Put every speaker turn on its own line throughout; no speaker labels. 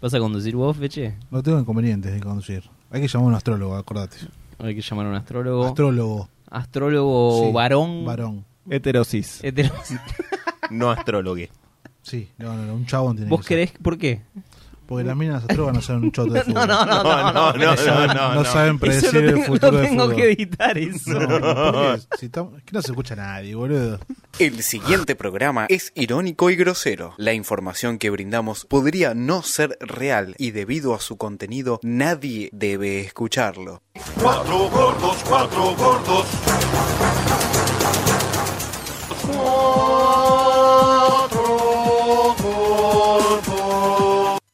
¿Vas a conducir vos, Feche?
No tengo inconvenientes de conducir. Hay que llamar a un astrólogo, acordate.
Hay que llamar a un astrólogo.
Astrólogo.
astrólogo
Sí,
varón.
Varón.
Heterosis.
hetero-
No astrólogo.
Sí, no, no, no, un chabón tiene
¿Vos
que ser.
crees? ¿Por qué?
Porque las minas astrólogas no son un choto de fútbol.
no, no, no, no,
no, no, no,
No saben predecir
Eso lo
el
tengo,
futuro
lo
del
tengo
fútbol.
que editar eso.
No, ¿por qué? Si estamos- que no se escucha a nadie, boludo.
El siguiente programa es irónico y grosero. La información que brindamos podría no ser real y debido a su contenido nadie debe escucharlo.
Cuatro gordos, cuatro gordos.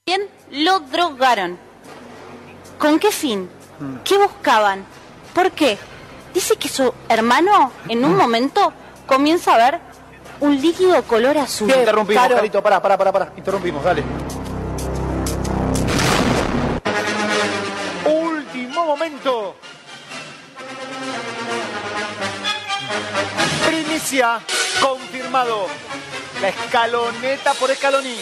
Bien, lo drogaron. ¿Con qué fin? ¿Qué buscaban? ¿Por qué? Dice que su hermano, en un momento, comienza a ver un líquido color azul.
Interrumpimos,
Claro.
Carito, pará, pará, pará, pará. Interrumpimos, dale. Último momento. Primicia, confirmado. La escaloneta por escaloní.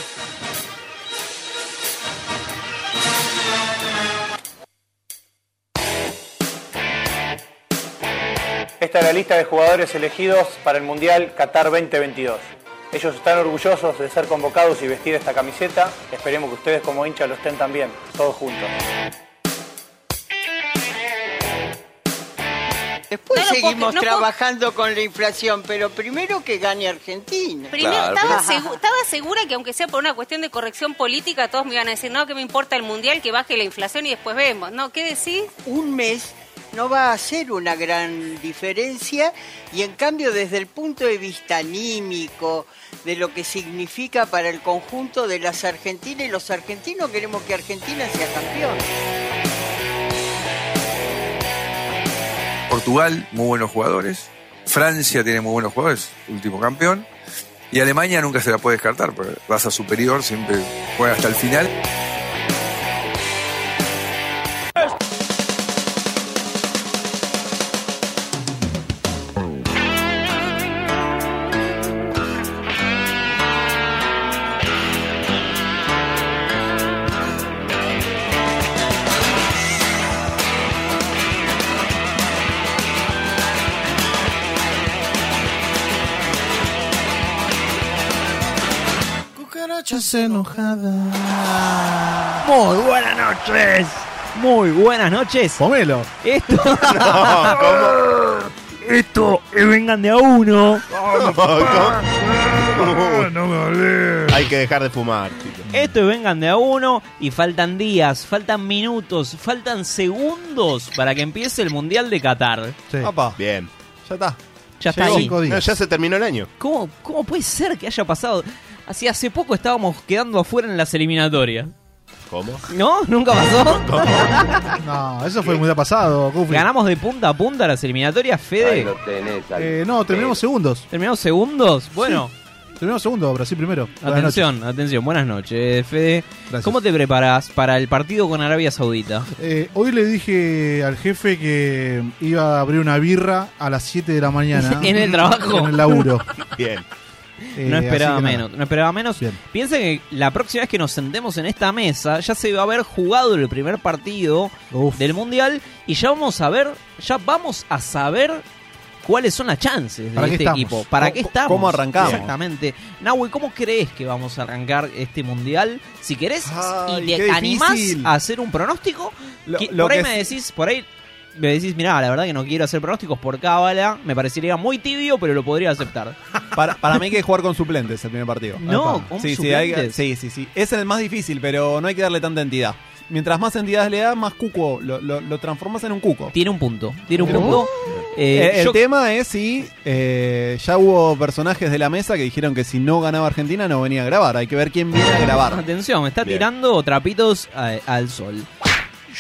Esta es la lista de jugadores elegidos para el Mundial Qatar 2022. Ellos están orgullosos de ser convocados y vestir esta camiseta. Esperemos que ustedes como hinchas lo estén también, todos juntos.
Después
Claro, porque
seguimos
no puedo-
trabajando con la inflación, pero primero que gane Argentina.
Primero,
Claro.
estaba, segu- estaba segura que aunque sea por una cuestión de corrección política, todos me iban a decir, no, que me importa el mundial, que baje la inflación y después vemos. No, ¿qué decís?
Un mes no va a hacer una gran diferencia y en cambio desde el punto de vista anímico, de lo que significa para el conjunto de las argentinas y los argentinos queremos que Argentina sea campeón.
Portugal, muy buenos jugadores. Francia tiene muy buenos jugadores, último campeón. Y Alemania nunca se la puede descartar, porque vas a superior, siempre juega hasta el final.
Cucarachas enojadas.
Muy buenas noches. Muy buenas noches.
Pomelo.
Esto. Esto es vengan de a uno.
no me hablé.
Hay que dejar de fumar, chicos.
Esto es vengan de a uno. Y faltan días, faltan minutos, faltan segundos para que empiece el Mundial de Qatar.
Sí.
Papá,
Bien.
ya está.
Ya está
Llegó.
ahí.
Cinco días.
No, ya se terminó el año.
¿Cómo, ¿Cómo puede ser que haya pasado? Así hace poco estábamos quedando afuera en las eliminatorias.
¿Cómo?
¿No? ¿Nunca pasó?
No, eso fue muy de pasado, Goofy.
Ganamos de punta a punta las eliminatorias, Fede.
Eh, no, terminamos segundos.
Terminamos segundos. Bueno,
Terminamos segundos, Brasil primero. Buenas
atención, atención. Buenas noches, Fede.
Gracias.
¿Cómo te preparas para el partido con Arabia Saudita?
noches. Eh, hoy le dije al jefe que iba a abrir una birra a las 7 de la mañana.
¿En el trabajo?
En el laburo.
Bien.
Eh,
no
así
esperaba
que nada.
menos, no esperaba menos.
Bien.
Piensa que la próxima vez que nos sentemos en esta mesa ya se va a haber jugado el primer partido
Uf.
del mundial y ya vamos a ver, ya vamos a saber cuáles son las chances de
¿Para qué
este
estamos?
equipo. ¿Para
¿Cómo-
qué estamos?
cómo arrancamos?
Exactamente. Nahue, ¿cómo crees que vamos a arrancar este mundial? Si querés
Ay,
y te
qué
animás
difícil.
a hacer un pronóstico,
Lo-
que-
lo
por ahí
que
me
es-
decís, por ahí me decís, mirá, la verdad que no quiero hacer pronósticos por cábala, me parecería muy tibio, pero lo podría aceptar.
Para, para mí hay que jugar con suplentes el primer partido.
No,
Epa.
con
sí, sí, hay que-
suplentes.
sí, sí, sí. Es el más difícil, pero no hay que darle tanta entidad. Mientras más entidades le das, más cuco. Lo, lo- lo transformas en un cuco.
Tiene un punto, tiene un
Tiene un
punto. Eh,
Eh, el
yo-
tema es si eh, ya hubo personajes de la mesa que dijeron que si no ganaba Argentina no venía a grabar. Hay que ver quién viene a grabar.
Atención, me está
Bien.
tirando trapitos a- al sol.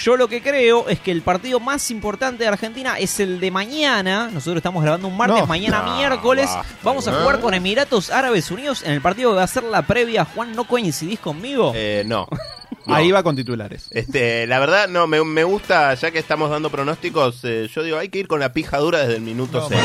Yo lo que creo es que el partido más importante de Argentina es el de mañana. Nosotros estamos grabando un martes,
No.
mañana
No,
miércoles.
basta,
Vamos a
¿eh?
jugar con Emiratos Árabes Unidos en el partido que va a ser la previa. Juan, ¿no coincidís conmigo?
Eh, no. No.
Ahí va con titulares.
Este, la verdad, no, me, me gusta, ya que estamos dando pronósticos, eh, yo digo, hay que ir con la pija dura desde el minuto cero.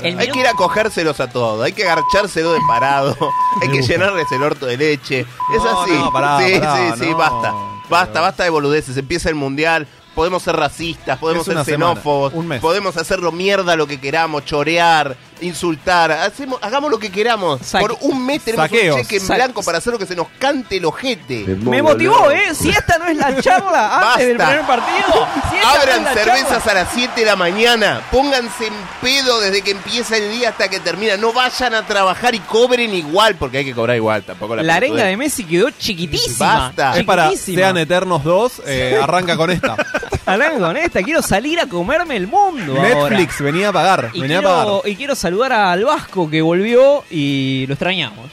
hay
El
que ir a cogérselos a todos, hay que agarchárselo de parado, hay que
gusta.
llenarles el orto de leche. es
No,
así.
no, pará,
sí,
pará,
sí, sí,
no.
basta. Basta, basta de boludeces. Empieza el mundial. Podemos ser racistas, podemos
Es
ser
una semana,
xenófobos,
un mes.
podemos hacerlo mierda lo que queramos, chorear, insultar, hacemos, hagamos lo que queramos. Por un mes tenemos
saqueos.
un cheque en
Sa-
blanco para hacer lo que se nos cante el ojete.
Me motivó, ¿eh? Si esta no es la charla antes del
Basta.
primer partido. Si esta no es
Abran
la
cervezas
charla-
a las 7 de la mañana. Pónganse en pedo desde que empieza el día hasta que termina. No vayan a trabajar y cobren igual, porque hay que cobrar igual. Tampoco la
La arenga
pelotudez.
de Messi quedó chiquitísima.
Basta.
Es para
Chiquitísima.
Sean Eternos 2, eh, arranca con esta.
Hablando con esta, quiero salir a comerme el mundo ahora.
Netflix, venía a pagar,
Y
venía a
quiero,
pagar.
y quiero saludar al Vasco que volvió y lo extrañamos.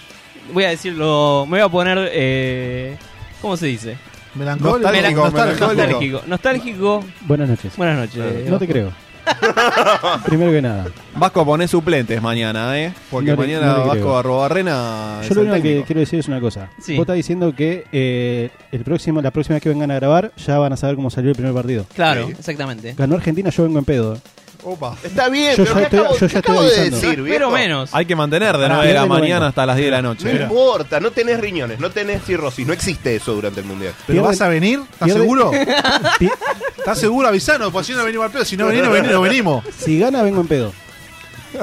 Voy a decirlo, me voy a poner. eh, ¿Cómo se dice?
Melancólico,
Melancólico,
melancólico.
nostálgico. Nostálgico.
Buenas noches. Eh,
Buenas noches.
No te creo. Primero que nada.
Vasco poné suplentes mañana, ¿eh? Porque
No le-
mañana
no le creo.
Vasco Arrobarrena es
Yo lo
el
único que
técnico.
quiero decir es una cosa.
Sí.
Vos estás diciendo que eh, el próximo, la próxima vez que vengan a grabar ya van a saber cómo salió el primer partido.
Claro, exactamente.
Ganó Argentina, yo vengo en pedo.
Opa.
Está bien,
Yo ya
pero ¿qué
estoy- yo
acabo,
ya
qué
estoy
acabo de
avisando.
decir,
Pero
viejo?
menos.
Hay que mantener de
Pará,
9 de la
viernes no vengo.
mañana hasta las 10 de la noche.
No importa, no tenés riñones, no tenés cirrosis, no existe eso durante el mundial.
¿Pero
Pierde-
vas a venir? ¿Estás
pierde-
seguro? ¿Estás seguro? Avisanos, porque si no venimos al pedo. Si no venimos, no venimos. no venimos.
Si gana, vengo en pedo.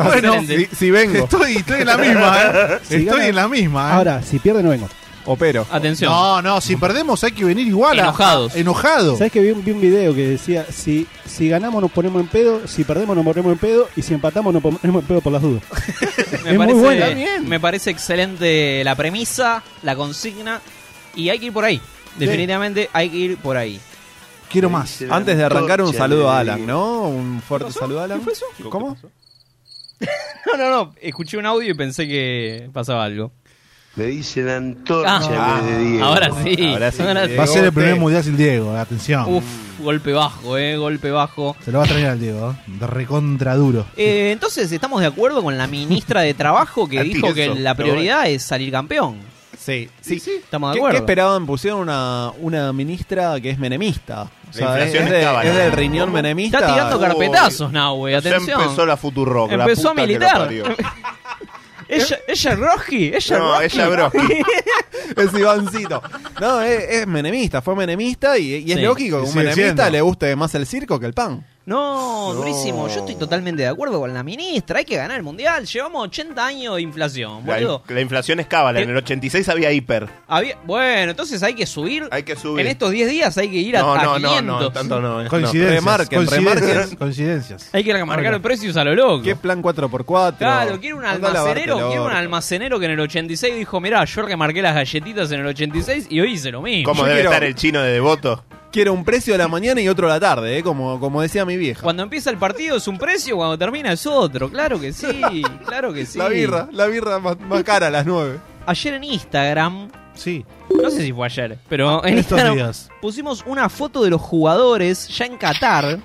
Bueno,
Si, si vengo,
estoy, estoy en la misma, ¿eh?
Si
Estoy
gana-
en la misma, ¿eh?
Ahora, si pierde, no vengo.
opero.
Atención.
No, no, si perdemos hay que venir igual. a-
Enojados.
Enojado.
¿Sabes que vi un, vi un video que decía: si, si ganamos, nos ponemos en pedo. Si perdemos, nos ponemos en pedo. Y si empatamos, nos ponemos en pedo por las dudas.
Me
Es muy
parece,
buena.
me parece excelente la premisa, la consigna. Y hay que ir por ahí. Definitivamente hay que ir por ahí.
Quiero más.
Antes de arrancar, un
Concha
saludo a
de-
Alan, ¿no? Un fuerte saludo a Alan.
¿Qué fue eso?
¿Cómo?
No, no, no. Escuché un audio y pensé que pasaba algo.
Me dicen antorcha
Ah,
en vez de Diego.
ahora sí.
Ahora sí,
Ahora
Diego.
Va a ser el
Diego,
primer
usted.
mundial sin Diego, atención.
Uf, golpe bajo, eh, golpe bajo.
Se lo va a traer al Diego, ¿eh? De recontra duro.
Eh, entonces, ¿estamos de acuerdo con la ministra de Trabajo que
A ti
dijo que
eso,
la
pero
prioridad es salir campeón?
Sí, sí.
¿Estamos de
¿Qué, qué
acuerdo?
esperaban? Pusieron una, una ministra que es menemista. O sea, es,
inflación
es de-
estaba,
es
¿no?
del riñón menemista.
Está tirando
Uy.
carpetazos, Nahue,
Ya
atención.
empezó la Futurock. la
Empezó
puta
a
que lo
militar.
parió.
Ella, ella es Roski, ella
No,
Roski.
ella bro.
Es Ivancito. No, es, es menemista, fue menemista y, y es
Sí.
lógico que un
Sigue
menemista
siendo.
le guste más el circo que el pan.
No, durísimo. Yo estoy totalmente de acuerdo con la ministra. Hay que ganar el mundial. Llevamos 80 años de inflación,
La,
boludo.
la inflación es cábala.
Eh,
En el 86 había hiper.
Había- bueno, entonces hay que subir.
Hay que
En
subir.
estos 10 días hay que ir
no,
hasta
no, no,
500.
no, tanto no. eh, no.
Coincidencias.
remarquen,
coincidencias,
remarquen.
coincidencias.
Hay que marcar precios a lo loco.
¿Qué plan 4x4?
Claro, quiero un
Anda a lavarte
almacenero,
el
quiero un
orto.
almacenero que en el 86 dijo, mirá, yo remarqué las galletitas en el 86 y hoy hice lo mismo.
¿Cómo
Yo
debe
quiero-
estar el chino de devoto?
Quiero un precio a la mañana y otro a la tarde, ¿eh? como, como decía mi vieja.
Cuando empieza el partido es un precio, cuando termina es otro. Claro que sí, claro que sí.
La birra, la birra más, más cara a las 9.
Ayer en Instagram,
Sí,
no sé si fue ayer, pero en
en estos
Instagram
días.
pusimos una foto de los jugadores ya en Qatar.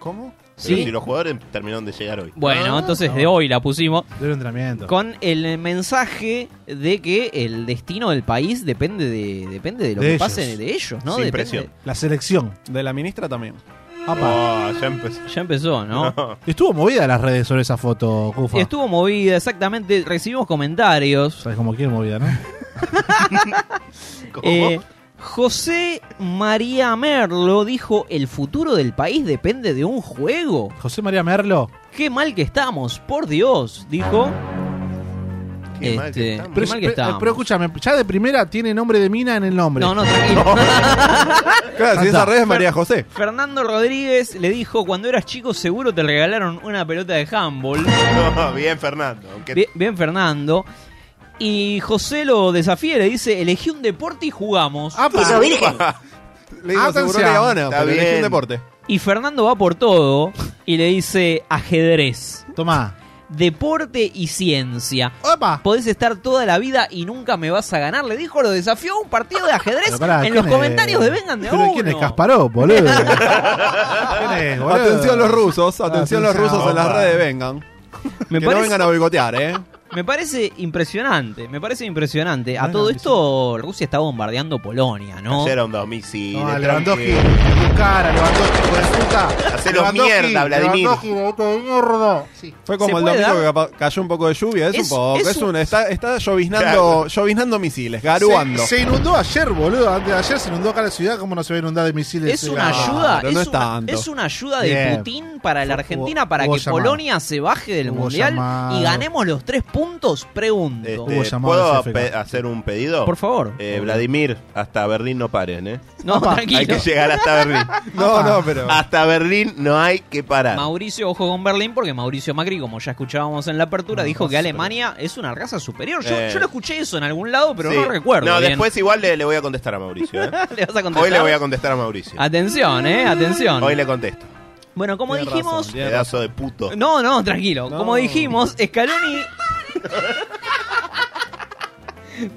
¿Cómo?
Pero
Sí.
Si los jugadores terminaron de llegar hoy.
Bueno,
Ah,
entonces
no.
de hoy la pusimos.
Duro entrenamiento.
Con el mensaje de que el destino del país depende de, depende de lo
De
que
ellos.
pase de ellos, ¿no?
Sin
Depende-
presión.
La selección.
De la ministra también.
Ah, ya empezó.
Ya empezó, ¿no?
No.
Estuvo movida las redes sobre esa foto, Cufa.
Estuvo movida, exactamente. Recibimos comentarios.
Sabes cómo quiere movida, ¿no?
¿Cómo?
Eh, José María Merlo dijo: El futuro del país depende de un juego.
José María Merlo.
Qué mal que estamos, por Dios, dijo.
Qué mal que
este,
estamos.
Qué mal que estamos.
pero escúchame, ya de primera tiene nombre de mina en el nombre.
No, no, tranquilo.
Claro, si esa red es María José.
Fernando Rodríguez le dijo: Cuando eras chico, seguro te regalaron una pelota de handball.
No, bien, Fernando. aunque-
Bien, bien, Fernando. Y José lo desafía y le dice: Elegí un deporte y jugamos.
Ah.
¡Apa!
Le digo,
Atención.
seguro que Habana,
Está
pero elegí
bien.
un deporte.
Y Fernando va por todo y le dice: Ajedrez.
Tomá.
deporte y ciencia.
¡Opa!
Podés estar toda la vida y nunca me vas a ganar. Le dijo, lo desafió a un partido de ajedrez
Pero pará,
en los
¿quién es?
comentarios de Vengan de a
¿Pero quién es
Uno.
Kasparov, boludo? ¿Quién es, boludo?
Atención los rusos, atención los rusos en las
Opa.
redes vengan.
Me
que
parece-
no vengan a boicotear, ¿eh?
Me parece impresionante, me parece impresionante. A todo esto, Rusia está bombardeando Polonia, ¿no?
Ayer a un domicilio.
No, Lewandowski, tu cara, Lewandowski, por puta.
Hacelos mierda, Vladimir.
Lewandowski, boca de mierda.
Fue como el domingo que capa- cayó un poco de lluvia, es,
Es-
un poco,
es
es,
un-
un, está, está lloviznando,
Claro.
lloviznando misiles, garuando.
Se, se inundó ayer, boludo. Antes de ayer se inundó acá la ciudad. ¿Cómo no se va a inundar de misiles?
Es
Eh,
una
no.
ayuda,
pero
es,
no es
una,
tanto.
es una ayuda de
Bien.
Putin para la Argentina
Hubo-
para
hubo
que
llamado.
Polonia se baje del
Hubo
mundial
llamado.
y ganemos los tres puntos, pregunto.
Este, ¿Puedo pe- hacer un pedido?
Por favor.
Eh, Vladimir, hasta Berlín no paren, ¿eh?
No, tranquilo.
Hay que llegar hasta Berlín.
No, no, pero.
Hasta Berlín no hay que parar.
Mauricio, ojo con Berlín, porque Mauricio Macri, como ya escuchábamos en la apertura, dijo que Alemania es una raza superior. Yo,
Eh.
yo lo escuché eso en algún lado, pero
Sí.
no recuerdo.
No,
bien.
después igual le, le voy a contestar a Mauricio. ¿eh?
¿Le vas a contestar?
Hoy le voy a contestar a Mauricio.
Atención, eh, atención.
Hoy le contesto.
Bueno, como dijimos.
Pedazo de puto.
No, no, tranquilo. Como dijimos, Scaloni.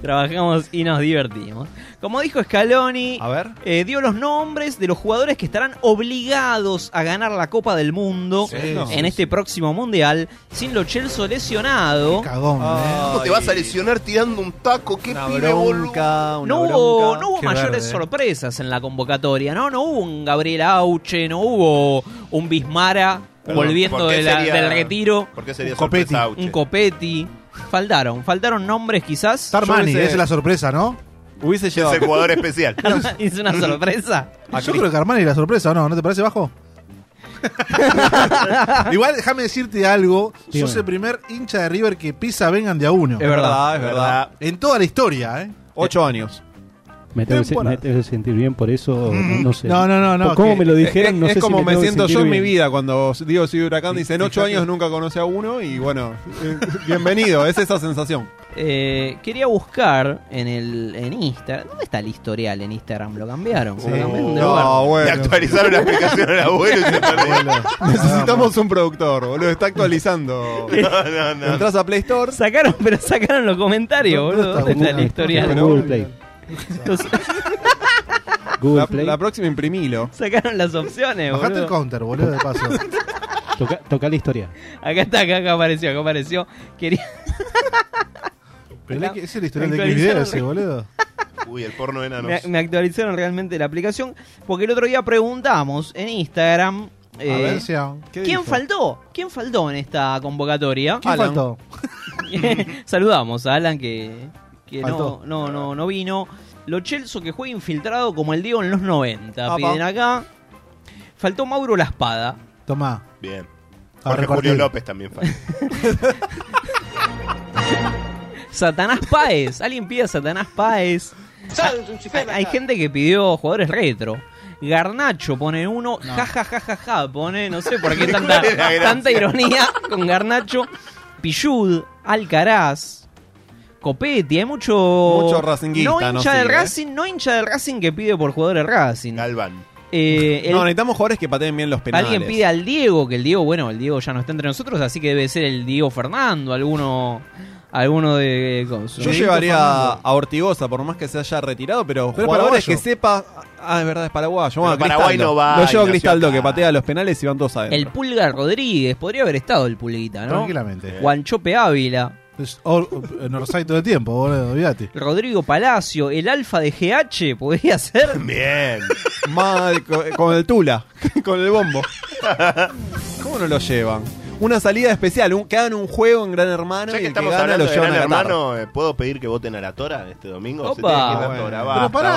Trabajamos y nos divertimos. Como dijo Scaloni, eh, dio los nombres de los jugadores que estarán obligados a ganar la Copa del Mundo
Sí,
en
no, sí,
este próximo Mundial, sin lo Chelso lesionado.
eh.
¿Cómo te vas a lesionar tirando un taco? ¿Qué pibe, boludo?
no hubo, no hubo
Qué
mayores
verde. eh.
sorpresas en la convocatoria, ¿no? No hubo un Gabriel Auche, no hubo un Bismara
Perdón,
volviendo
¿por qué
de la-
sería-
del retiro.
¿Por qué sería
un
sorpresa
Copetti.
Auche?
Un Copetti. Faltaron, faltaron nombres quizás.
Armani, esa es la sorpresa, ¿no?
Hubiese
llevado- Ese jugador especial.
Hice una sorpresa.
Yo creo que Armani es la sorpresa, ¿o ¿no? ¿No te parece bajo? Igual déjame decirte algo.
Dígame.
Sos el primer hincha de River que pisa vengan de a uno.
Es verdad, es verdad.
En toda la historia, ¿eh.
Ocho años.
Me tengo, que, se-
Temporada. Mm.
me tengo que sentir bien por eso, no, no sé.
No, no, no, no,
¿Cómo
que-
me lo dijeron?
es
no sé si
como me,
tengo que
siento
sentir
yo en mi
bien.
vida cuando digo soy huracán, dicen ocho
fíjate.
años nunca conocí a uno y bueno, eh, bienvenido, es esa sensación.
Eh, quería buscar en el en Instagram. ¿Dónde está el historial en Instagram? Lo cambiaron. Lo cambiaron de lugar.
bueno.
actualizaron la aplicación al abuelo y se perdió.
Necesitamos un productor, boludo, está actualizando.
No, no, no.
Entrás a Play Store.
Sacaron, pero sacaron los comentarios, boludo. ¿Dónde está el historial?
Google Play. Google
La,
Play.
la próxima imprimilo.
Sacaron las
eh,
opciones,
Bajate
boludo.
el counter, boludo, de paso. Toca, toca la historia.
Acá está, acá, acá apareció, acá apareció. Quería...
Pero
La-
es que- es el historial de
me
qué video
actualizaron-
ese, boludo.
Uy, el porno enano.
Me, me actualizaron realmente la aplicación. Porque el otro día preguntamos en Instagram. eh,
ver, sea, ¿qué
¿Quién
dijo?
faltó? ¿Quién faltó en esta convocatoria?
¿Quién Alan. faltó?
Saludamos a Alan que, que no,
Faltó.
no, no, no vino. Lo Chelso que juega infiltrado como el Diego en los 90.
Apa.
Piden acá. Faltó Mauro La Espada.
Tomá.
Bien.
A
Jorge
repartir.
Julio López también falta.
Satanás Páez. Alguien pide a Satanás Páez. Hay, hay gente que pidió jugadores retro. Garnacho pone uno, ja, ja, ja, ja, ja, pone, no sé por qué tanta,
¿Cuál es la gracia?
tanta ironía con Garnacho. Pillud, Alcaraz, Copetti, hay mucho...
Mucho racinguista,
No hincha
no
del
sigue, ¿eh?
Racing, no hincha del Racing que pide por jugadores Racing. Eh,
Galván.
No, necesitamos jugadores que pateen bien los penales.
Alguien pide al Diego, que el Diego, bueno, el Diego ya no está entre nosotros, así que debe ser el Diego Fernando, alguno, alguno de... con su-
Yo llevaría a Ortigosa, por más que se haya retirado, pero,
Pero es
jugadores
paraguayo.
que sepa. Ah, es verdad, es paraguayo.
Pero
Bueno,
Paraguay
Cristaldo.
no va, y
Lo llevo a
nació
Cristaldo,
acá.
que patea los penales y van todos adentro.
El Pulga Rodríguez, podría haber estado el Pulguita, ¿no?
Tranquilamente.
Guanchope Ávila,
Es all- en Orsay todo el tiempo, boludo, olvídate.
Rodrigo Palacio, el Alfa de GH, podría ser.
Bien.
Mal, co- con el Tula, con el bombo. ¿Cómo no lo llevan? Una salida especial, un, que hagan un juego en Gran Hermano
Ya
y
que
el que
estamos
gana
hablando
lo
de
llevan
Gran
a Qatar.
Hermano, eh, ¿puedo pedir que voten a la Tora este domingo? Se
Opa.
tiene que ir la
Bueno.
Tora,
Pero
basta,
pará,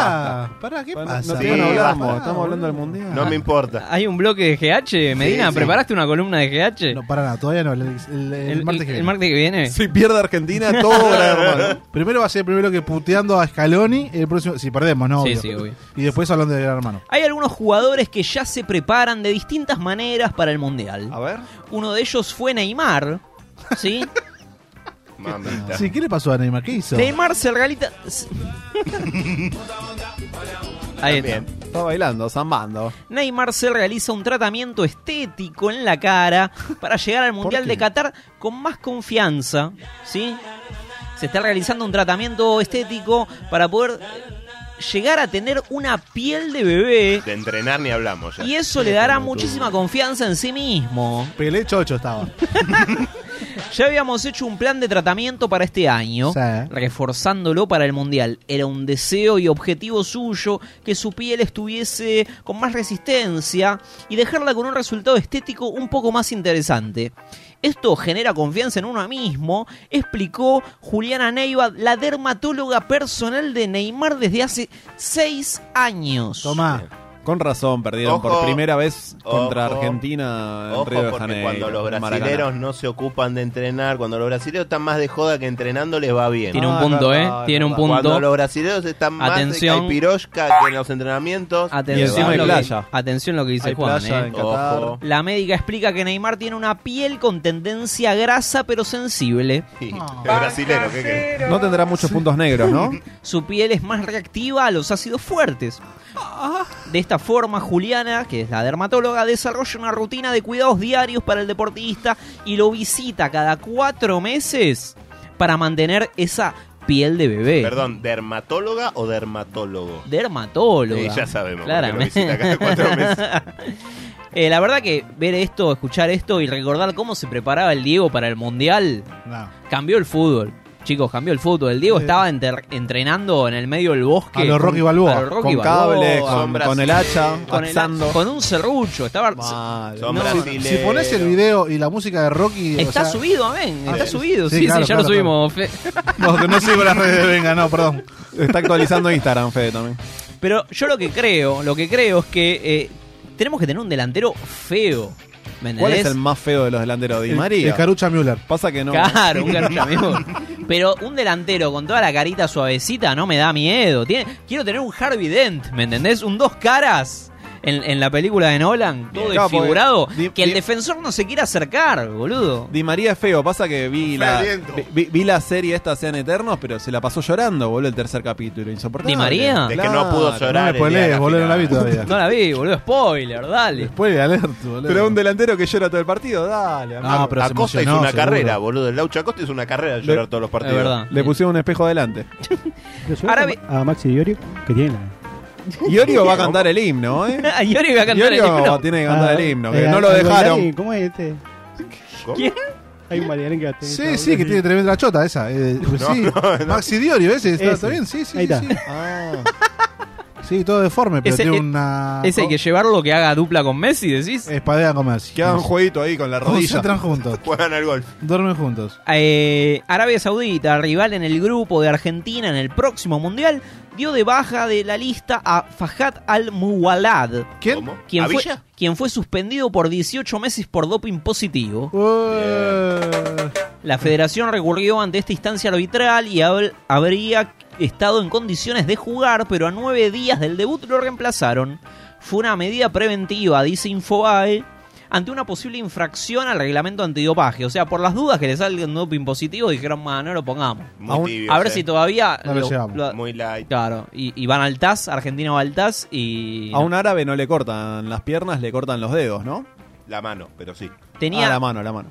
basta.
pará, ¿qué
Bueno,
pasa?
no te-
Sí,
no hablamos,
basta.
estamos hablando del mundial.
No me importa.
¿Hay un bloque de GH? Medina,
sí.
¿preparaste una columna de GH?
No, para nada, todavía no. El, el- el
El-
martes que
el
viene.
martes que viene.
Si pierde Argentina, todo Gran Hermano.
Primero va a ser primero que puteando a Scaloni. El próximo, si perdemos, ¿no?
Sí,
Obvio.
sí, obvio.
Y después hablando de Gran Hermano.
Hay algunos jugadores que ya se preparan de distintas maneras para el Mundial.
A ver.
Uno de ellos fue Neymar, ¿sí?
Mamita.
Sí, ¿qué le pasó a Neymar? ¿Qué hizo?
Neymar se realita... Ahí está.
Está bailando, zambando.
Neymar se realiza un tratamiento estético en la cara para llegar al Mundial de Qatar con más confianza, ¿sí? Se está realizando un tratamiento estético para poder llegar a tener una piel de bebé
De entrenar ni hablamos ya.
y eso le dará muchísima confianza en sí mismo.
Pelé chocho estaba.
Ya habíamos hecho un plan de tratamiento para este año, reforzándolo para el Mundial. Era un deseo y objetivo suyo que su piel estuviese con más resistencia y dejarla con un resultado estético un poco más interesante. Esto genera confianza en uno mismo, explicó Juliana Neiva, la dermatóloga personal de Neymar desde hace seis años.
Tomá. Con razón, perdieron por
Ojo.
primera vez contra
Ojo.
Argentina en
Ojo,
Río de
porque
Janeiro,
cuando los
en Maracaná.
brasileros no se ocupan de entrenar, cuando los brasileros están más de joda que entrenando, les va bien.
Tiene un Ah, punto, verdad, ¿eh? Tiene un verdad. punto.
Cuando los brasileros están más
Atención.
de caipirosca que en los entrenamientos,
Atención,
les
lo
va
que,
bien.
atención lo que dice
Hay
Juan.
playa
eh.
en Qatar.
Ojo. La médica explica que Neymar tiene una piel con tendencia a grasa pero sensible.
Es brasilero, ¿qué querés?
No tendrá muchos puntos negros, ¿no?
Su piel es más reactiva a los ácidos fuertes. De esta forma, Juliana, que es la dermatóloga, desarrolla una rutina de cuidados diarios para el deportista y lo visita cada cuatro meses para mantener esa piel de bebé.
Perdón, ¿dermatóloga o dermatólogo?
Dermatóloga.
Sí, ya sabemos, porque lo
Claramente.
visita cada cuatro
Eh, la verdad que ver esto, escuchar esto y recordar cómo se preparaba el Diego para el Mundial, cambió el fútbol. Chicos, cambió el fútbol. El Diego
Sí.
estaba enter- entrenando en el medio del bosque.
A lo Rocky Balboa.
A lo Rocky
Con
Balboa.
cable, con- Son con el
brasileros. hacha,
Con, el-
axando.
con un serrucho. Estaba...
Son
No, no.
brasileros.
Si pones el video y la música de Rocky. o
Está
sea-
subido, amén.
Ah,
Está
sí.
subido.
Sí,
Sí, sí,
claro,
ya
claro,
lo subimos. Fe.
No, que no sigo las redes de Venga, no, perdón.
Está actualizando Instagram, Fede, también.
Pero yo lo que creo, lo que creo es que eh, tenemos que tener un delantero feo. ¿Me
¿Cuál es
entendés?
el más feo de los delanteros? Di
El-
María.
el Carucha Müller.
Pasa que no.
Claro, un garcha amigo. Pero un delantero con toda la carita suavecita no me da miedo. Tiene, quiero tener un Harvey Dent, ¿me entendés? Un dos caras en, en la película de Nolan, todo
Claro, porque
desfigurado.
Di-
que el
Di-
defensor no se quiera acercar, boludo.
Di María es feo, pasa que vi la,
Sediento.
vi- vi, vi la serie esta Sean Eternos, pero se la pasó llorando, boludo, el tercer capítulo, insoportable.
¿Di María?
Es que no pudo llorar
me
el día de la
spoilees,
final.
No la vi, boludo. Spoiler, dale.
Spoiler alert, boludo.
Pero un delantero que llora todo el partido, dale. amigo.
Acosta hizo una carrera, boludo. El Laucha Acosta hizo una carrera de llorar todos los partidos.
Le pusieron un espejo adelante.
Ahora
vi... A Maxi Diorio, que tiene la...
Iorio va a cantar el himno, ¿eh?
Iorio va a cantar el
Iorio
himno.
tiene que cantar el
Ah,
himno, que
eh,
no lo
hay un
dejaron.
bailarín, ¿Cómo es este?
¿Quién?
Hay un bailarín que la tiene
Sí,
toda-
sí, que tiene tremenda chota esa. eh, sí, Maxi Diorio, ese. Está, está bien, sí, sí.
Ahí
sí,
está.
sí. Sí, todo deforme, pero
Ese-
e-
tiene
eh,
una.
Ese hay que llevarlo que haga dupla con Messi, decís.
Espadea con Messi.
Que hagan
No sé.
jueguito ahí con la
Concentran juntos.
Juegan al golf.
Duermen juntos.
Eh, Arabia Saudita, rival en el grupo de Argentina en el próximo mundial, dio de baja de la lista a Fajat Al-Muwalad.
¿Quién?
Quien
¿A
fue,
Villa?
quien fue suspendido por 18 meses por doping positivo. La federación recurrió ante esta instancia arbitral y habl- habría estado en condiciones de jugar, pero a nueve días del debut lo reemplazaron. Fue una medida preventiva, dice Infobae, ante una posible infracción al reglamento antidopaje. O sea, por las dudas que le salgan doping positivo, dijeron, "Ma, no lo pongamos.
Muy
Aún-
tibios,
a ver
eh.
si todavía...
No lo llevamos.
Muy light.
Claro, y, y van al TAS, Argentina va al TAS y...
A un árabe no le cortan las piernas, le cortan los dedos, ¿no?
La mano, pero sí.
Tenía-
Ah, la mano, la mano.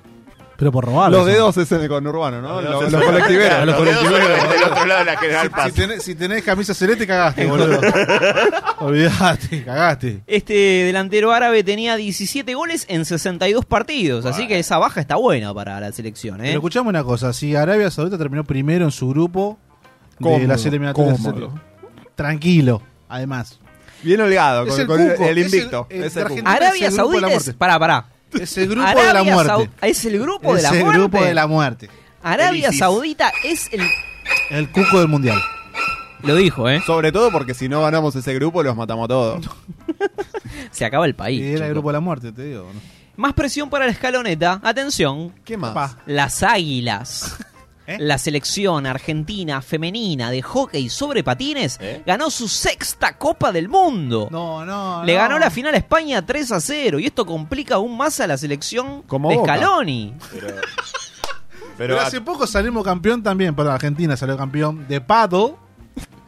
Pero por robar.
los dedos es en el conurbano, ¿no?
Los
Los,
dedos
los
es-
colectiveros.
Claro, los dedos son del otro lado de la General
Si-
Paz.
Si, tenés, si tenés camisa celeste, cagaste, boludo. Olvidate, cagaste.
Este delantero árabe tenía 17 goles en 62 partidos, así que esa baja está buena para la selección. ¿eh?
Pero escuchame una cosa: si Arabia Saudita terminó primero en su grupo de
Cómodo,
las eliminatorias,
cómodo.
etcétera. tranquilo, además.
Bien holgado,
Es
con-
el
con el-
cuco,
el
es
invicto,
el- el
es
de
el cuco.
Argentina
Arabia
es el grupo de la
Saudita es.
muerte.
Pará, pará.
Es el grupo
Arabia
de la muerte.
Sau- es el grupo de la
Es
muerte.
el grupo de la muerte.
Arabia
El ISIS.
Saudita es el.
El cuco del mundial.
Lo dijo, ¿eh?
Sobre todo porque si no ganamos ese grupo, los matamos a todos.
Se acaba el país.
Y era
chicos.
el grupo de la muerte, te digo. ¿no?
Más presión para la escaloneta. Atención.
¿Qué más?
Las águilas.
¿Eh?
La selección argentina femenina de hockey sobre patines ganó su sexta Copa del Mundo.
¿Eh? No, no.
Le
no.
ganó la final a España 3 a 0 y esto complica aún más a la selección
Como
de
Boca.
Scaloni.
Pero,
Pero,
a-
hace poco salimos campeón también. Perdón, Argentina salió campeón de Pado.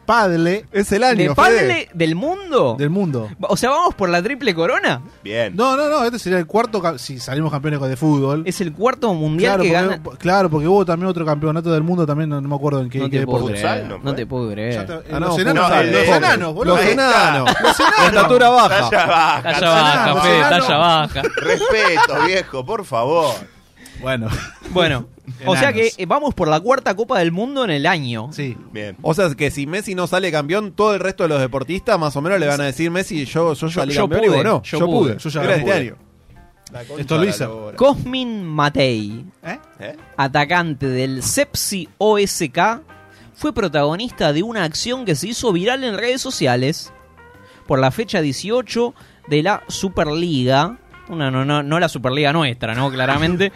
Padle.
Es el
¿De padre del mundo?
Del mundo.
O sea, vamos por la triple corona.
Bien.
No, no, no. Este sería el cuarto. ca- Si salimos campeones de fútbol.
Es el cuarto mundial
Claro
que
porque,
gana.
po- claro, porque hubo también otro campeonato del mundo. También no, no me acuerdo en qué,
No
qué
te, puedo
deporte.
creer, no, te puedo creer.
Ya está, eh,
Ah,
los
no,
enanos,
futsal,
los
eh.
enanos, boludo.
Los
Ahí está.
enanos.
Los
De
enanos.
estatura baja.
Talla baja.
Talla baja,
Los
Fede,
enanos.
talla baja.
Respeto, viejo, por favor.
Bueno.
Bueno, O sea que eh, vamos por la cuarta Copa del Mundo en el año.
Sí.
Bien. O sea que si Messi no sale campeón, todo el resto de los deportistas más o menos le van a decir Messi, yo, yo, salí
yo
campeón y
pude,
vos no.
yo pude, yo ya
Era
pude.
este año.
Esto lo hice.
Cosmin Matei,
¿Eh?
atacante del Sepsi OSK, fue protagonista de una acción que se hizo viral en redes sociales por la fecha 18 de la Superliga. Una, no, no, no la Superliga nuestra, ¿no? Claramente.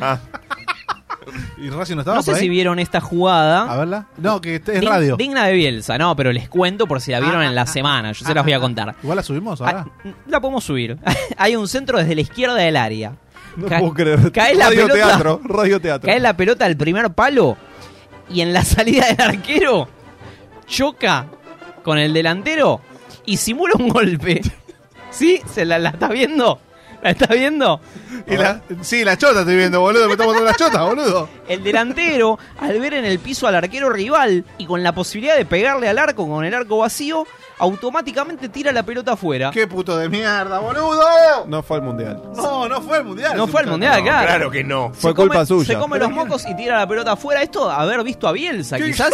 ¿Y Racing no estaba
No sé
por Ah, ahí?
si vieron esta jugada.
A verla. No, que este es
Dig-
radio. Ah,
Digna de Bielsa, no, pero les cuento por si la vieron en la semana. Yo se las voy a contar.
Igual la subimos
Ah,
ahora.
La podemos subir. Hay un centro desde la izquierda del área.
No
Ca-
puedo creer.
Cae la
radio
pelota.
teatro, radio teatro.
Cae la pelota al primer palo y en la salida del arquero choca con el delantero y simula un golpe. ¿Sí? ¿Se la, la está viendo? ¿La está viendo?
Y la- sí, la chota estoy viendo, boludo. Me está botando la chota, boludo.
El delantero, al ver en el piso al arquero rival y con la posibilidad de pegarle al arco con el arco vacío, automáticamente tira la pelota afuera.
¡Qué puto de mierda, boludo!
No fue al mundial.
No, no fue al mundial.
No fue al mundial, claro.
Claro que no.
Se
Fue
come-
culpa suya.
Se come los mocos y tira la pelota afuera. Esto, haber visto a Bielsa, quizás.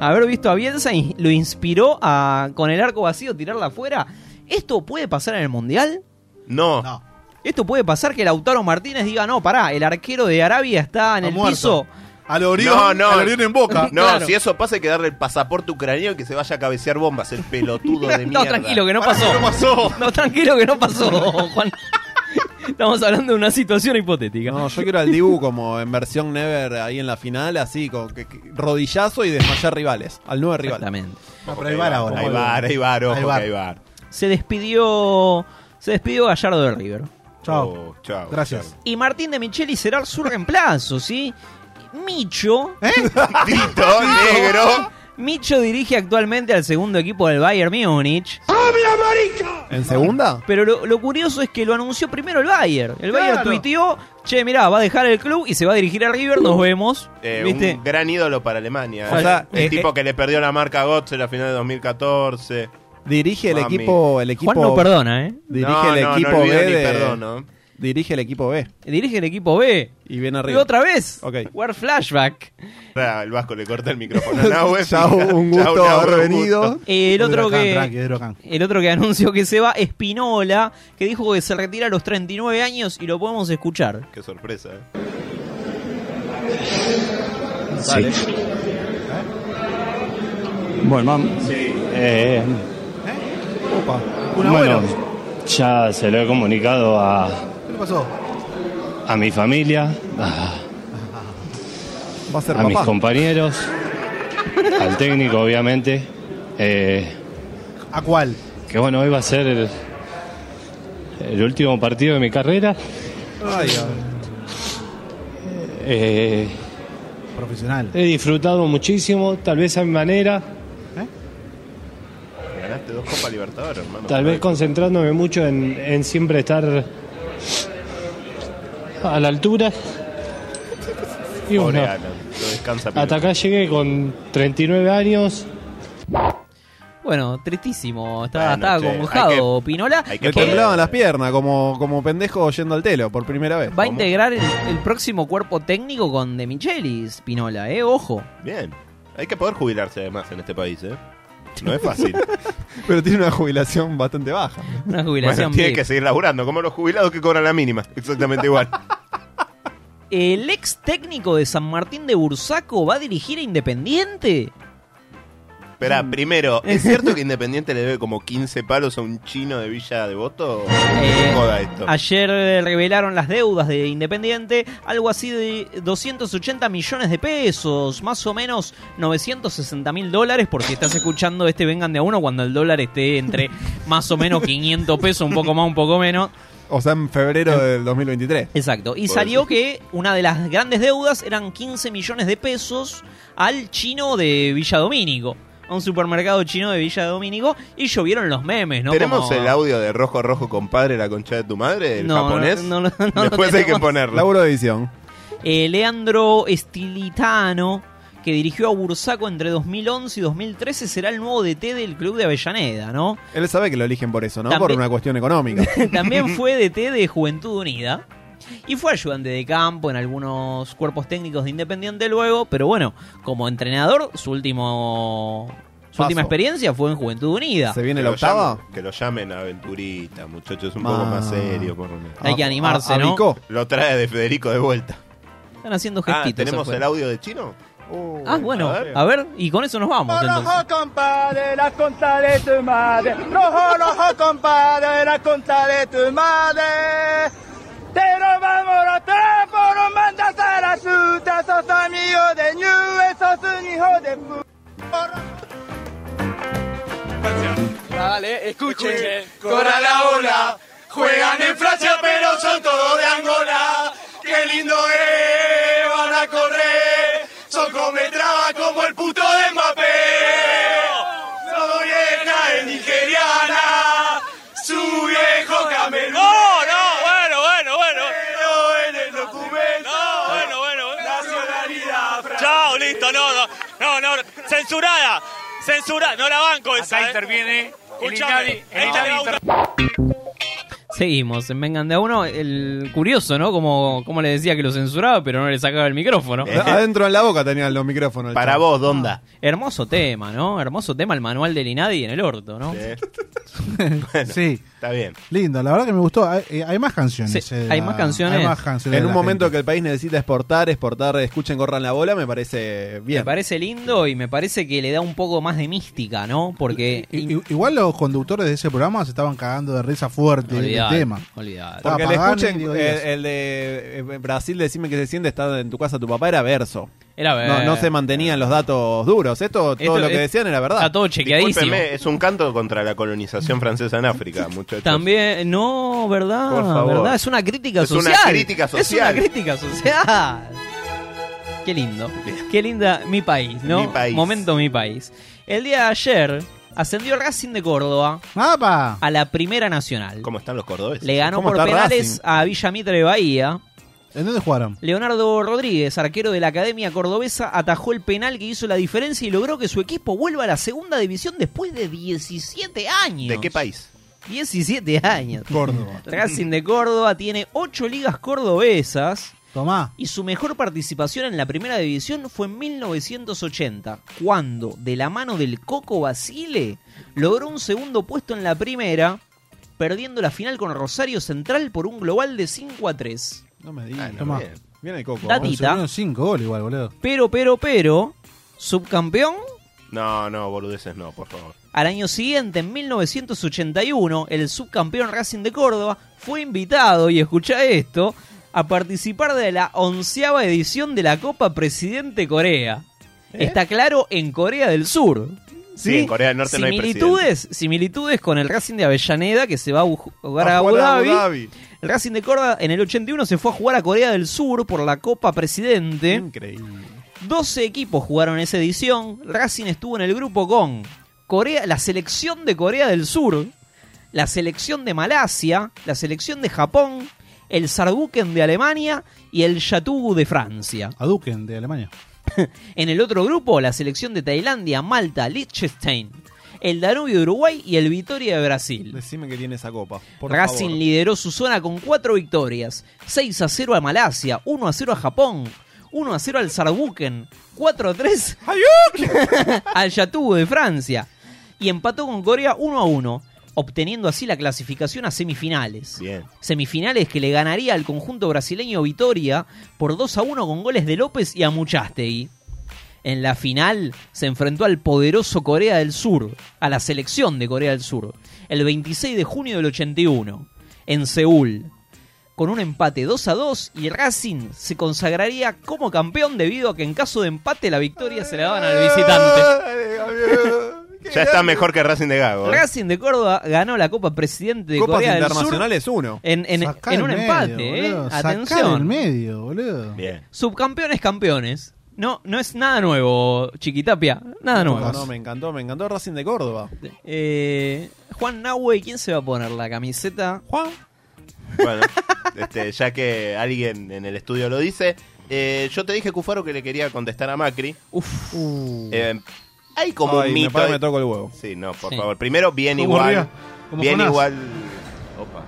haber visto a Bielsa y lo inspiró a, con el arco vacío, tirarla afuera. ¿Esto puede pasar en el Mundial?
No.
No.
¿Esto puede pasar que Lautaro Martínez diga, no, pará, el arquero de Arabia está en
Ha
el
muerto.
piso?
Al Orión,
No, no.
al Orión en boca.
No,
Claro.
si eso pasa hay que darle el pasaporte ucraniano y que se vaya a cabecear bombas, el pelotudo de mierda.
No, tranquilo, que no pasó.
¿Qué pasó?
No, tranquilo, que no pasó, Juan. Estamos hablando de una situación hipotética.
No, yo quiero al Dibu como en versión Never ahí en la final, así, con que- que- rodillazo y desmayar rivales. Al nueve rival.
Exactamente.
No, pero ahí va ahora.
Ahí va, ahí va, ojo,
Ahí va.
que ahí va.
Se despidió, se despidió Gallardo de River.
Chao.
Oh, chao.
Gracias.
Y Martín de Micheli será su reemplazo, ¿sí? Micho.
chao. Tito, negro.
Micho dirige actualmente al segundo equipo del Bayern Múnich.
¿En segunda?
Pero lo, lo curioso es que lo anunció primero el Bayern. El Bayern
Claro.
tuiteó, che, mirá, va a dejar el club y se va a dirigir a River, nos vemos.
Eh,
¿Viste?
Un gran ídolo para Alemania.
O
¿eh?
sea,
el
eh,
tipo que le perdió la marca a Götze en la final de 2014.
Dirige el
Mami.
equipo. Oh, El equipo
Juan no perdona, ¿eh?
Dirige
No,
el
no, no
equipo
olvido
B.
ni
de-
perdono.
Dirige el equipo B.
Dirige el equipo B.
Y viene
Y
arriba.
otra vez.
Ok.
War flashback.
Ah, El Vasco le corta el micrófono a Nahue.
Chao, un
Chao,
gusto
Nahue,
haber
un
venido.
gusto.
El otro
Huracán,
que...
tranqui, huracán.
El otro que anunció que se va, Espinola, que dijo que se retira a los 39 años y lo podemos escuchar.
Qué sorpresa. ¿eh?
Bueno, mam- eh,
Opa. Un
bueno,
abuelo.
ya se lo he comunicado a,
¿Qué le pasó?
a mi familia, a,
Va a ser
a mis
papá.
compañeros, al técnico, obviamente. eh,
¿A cuál?
que bueno, hoy va a ser el, el último partido de mi carrera.
Ay, a-
eh,
profesional.
he disfrutado muchísimo, tal vez a mi manera,
¿Eh? Ganaste dos Copa Libertadores, hermano.
tal vez concentrándome mucho en, en siempre estar a la altura. Y
Pobre
bueno,
Alan, no descansa. pibe.
Hasta acá llegué con 39 años.
Bueno, tristísimo. Estaba,
Bueno,
estaba
che,
conmojado
hay que-
Pinola.
hay que
Me
que
temblaban las piernas, como, como pendejo yendo al telo, por primera vez.
va a integrar el, el próximo cuerpo técnico con De Michelis, Pinola, ¿eh? Ojo.
Bien. Hay que poder jubilarse además en este país, ¿eh? No es fácil.
Pero tiene una jubilación bastante baja.
Una
bueno,
jubilación
tiene
VIP.
que seguir laburando, como los jubilados que cobran la mínima. Exactamente igual.
¿El ex técnico de San Martín de Bursaco va a dirigir a Independiente?
Espera,
Mm.
primero, ¿es cierto que Independiente le debe como 15 palos a un chino de Villa Devoto?
Eh,
No joda esto.
Ayer eh, revelaron las deudas de Independiente, algo así de 280 millones de pesos, más o menos 960 mil dólares, porque estás escuchando este Vengan de a uno cuando el dólar esté entre más o menos 500 pesos, un poco más, un poco menos.
O sea, en febrero del 2023.
Exacto. Y
Por
salió que una de las grandes deudas eran 15 millones de pesos al chino de Villa Domínico. A un supermercado chino de Villa Domínico. Y llovieron los memes, ¿no?
¿Tenemos
Como-
el audio de Rojo Rojo Compadre, la concha de tu madre, el
No, no,
japonés?
no, no, no, no
Después hay que
tenemos.
ponerlo.
Laburo de edición.
Eh, Leandro Estilitano, que dirigió a Bursaco entre 2011 y 2013, será el nuevo DT del club de Avellaneda, ¿no?
Él sabe que lo eligen por eso, ¿no?
También-
Por una cuestión económica.
También fue DT de Juventud Unida. Y fue ayudante de campo en algunos cuerpos técnicos de Independiente luego, pero bueno, como entrenador, su último. Su
Paso.
última experiencia fue en Juventud Unida.
Que lo llamen- que lo llamen aventurita, muchachos, un
Ah.
poco más serio. Por... lo menos.
Hay que animarse, ¿no?
Lo trae de Federico de vuelta.
Están haciendo
Ah,
gestitos.
¿tenemos
afuera.
el audio de Chino?
Ah, bueno, a ver. y con eso nos vamos. entonces.
compadre, la conta de tu madre. Rojo, rojo, compadre, la conta de tu madre. Te robamos los trapos, nos mandas a la chuta. Sos amigo de Ñu, sos un hijo de puta.
Dale, escuchen.
Corra la ola,
juegan en Francia, pero son todos de Angola. Qué lindo es, van a correr. Son cometraba como el puto de Mbappé. Todo vieja es nigeriana. Su viejo camelón. No, no, bueno, bueno, bueno. Pero en el documento. bueno, bueno, Nacionalidad. Chao, listo, no, no, no, no. Censurada, censurada. No la banco esa. Acá interviene. Escuchame, esta le va a gustar.
Seguimos en Vengan de a uno. El curioso, ¿no? Como, como le decía que lo censuraba, pero no le sacaba el micrófono.
Eh. Adentro en la boca tenían los micrófonos.
Para
vos, Donda.
Hermoso tema, ¿no? Hermoso tema el manual del Inadi en el orto, ¿no?
sí.
Está bien.
Lindo, la verdad que me gustó. Hay, eh, hay más canciones. eh,
hay
la-
más canciones.
Hay más canciones.
En
de
un
la
momento que el país necesita exportar, exportar, escuchen, corran la bola, me parece bien.
Me parece lindo y me parece que le da un poco más de mística, ¿no? Porque.
gente. I- i- Igual los conductores de ese programa se estaban cagando de risa fuerte del
Olvidate,
tema.
olvidate.
Porque le
Pagani,
escuchen,
digo,
el,
Dios.
el de eh, Brasil, decime que se siente, está en tu casa tu papá, era verso.
Era
No, no
verso.
se mantenían los datos duros. Esto, todo
Esto
lo que
es-
decían era verdad.
Está todo chequeadísimo.
Discúlpeme, es un canto contra la colonización francesa en África, muchachos.
También, no, ¿verdad?
Por favor.
¿verdad? Es una crítica
Es una
social.
crítica
Es
social.
una crítica social. Qué lindo. Qué linda mi país, ¿no?
Mi país.
Momento mi país. El día de ayer ascendió Racing de Córdoba a la Primera Nacional.
¿Cómo están los cordobeses?
Le ganó
¿Cómo
por
está
penales
Racing?
a Villa Mitre de Bahía.
¿En dónde jugaron?
Leonardo Rodríguez, arquero de la Academia Cordobesa, atajó el penal que hizo la diferencia y logró que su equipo vuelva a la segunda división después de 17 años.
¿De qué país?
17 años.
Córdoba.
Racing de Córdoba tiene 8 ligas cordobesas.
Tomá.
Y su mejor participación en la primera división fue en 1980, cuando, de la mano del Coco Basile, logró un segundo puesto en la primera, perdiendo la final con Rosario Central por un global de 5 a 3.
No me digas.
Tomá.
Bien. Bien el coco.
Datita.
Se unieron cinco goles igual, boludo.
Pero, pero, pero, subcampeón
No, no, boludeces no, por favor.
Al año siguiente, en 1981, el subcampeón Racing de Córdoba fue invitado, y escucha esto, a participar de la onceava edición de la Copa Presidente Corea. Está claro, en Corea del Sur.
¿Eh? Sí, en Corea del Norte no hay
similitudes, similitudes con el Racing de Avellaneda que se va a bu- jugar a, Abu, Dhabi. El Racing de Córdoba en el 81 se fue a jugar a Corea del Sur por la Copa Presidente.
Mm.
Increíble.
12 equipos jugaron esa edición. Racing estuvo en el grupo con Corea, la selección de Corea del Sur, la selección de Malasia, la selección de Japón, el Sarduken de Alemania y el Yatugu de Francia.
A Duken de Alemania.
En el otro grupo, la selección de Tailandia, Malta, Liechtenstein, el Danubio de Uruguay y el Vitoria de Brasil.
Decime que tiene esa copa. Por
Racing
favor.
lideró su zona con cuatro victorias: 6 a 0 a Malasia, 1 a 0 a Japón, 1 a 0 al Sarbuken, 4 a 3 al Yatubo de Francia y empató con Corea 1 a 1, obteniendo así la clasificación a semifinales. Semifinales que le ganaría al conjunto brasileño Vitoria por 2 a 1 con goles de López y Amuchastegui. En la final se enfrentó al poderoso Corea del Sur, a la selección de Corea del Sur, el 26 de junio del 81, en Seúl. Con un empate 2 a 2 y Racing se consagraría como campeón debido a que en caso de empate la victoria se la daban al visitante.
Ya está mejor que Racing de Gago. ¿eh?
Racing de Córdoba ganó la Copa Presidente de
Copas
Corea del Sur.
internacionales, uno.
En, en-
Sacá
en
del
un
medio,
empate,
boludo.
¿eh?
Sacá del
Atención.
medio, boludo.
Bien.
Subcampeones, campeones. No, no es nada nuevo, Chiquitapia. Nada
No,
nuevo.
No, me encantó, me encantó Racing de Córdoba.
Eh, Juan Nahue, ¿quién se va a poner la camiseta?
Juan.
Bueno, este, ya que alguien en el estudio lo dice, eh, yo te dije, Cufaro, que le quería contestar a Macri.
Uf.
Uh.
Eh, hay como
Ay,
un
me
mito.
paro,
de-
me toco el huevo.
Sí, no, por
Sí.
favor. Primero, bien
Como
igual.
Ría, como
Bien
Jonás.
igual. Opa.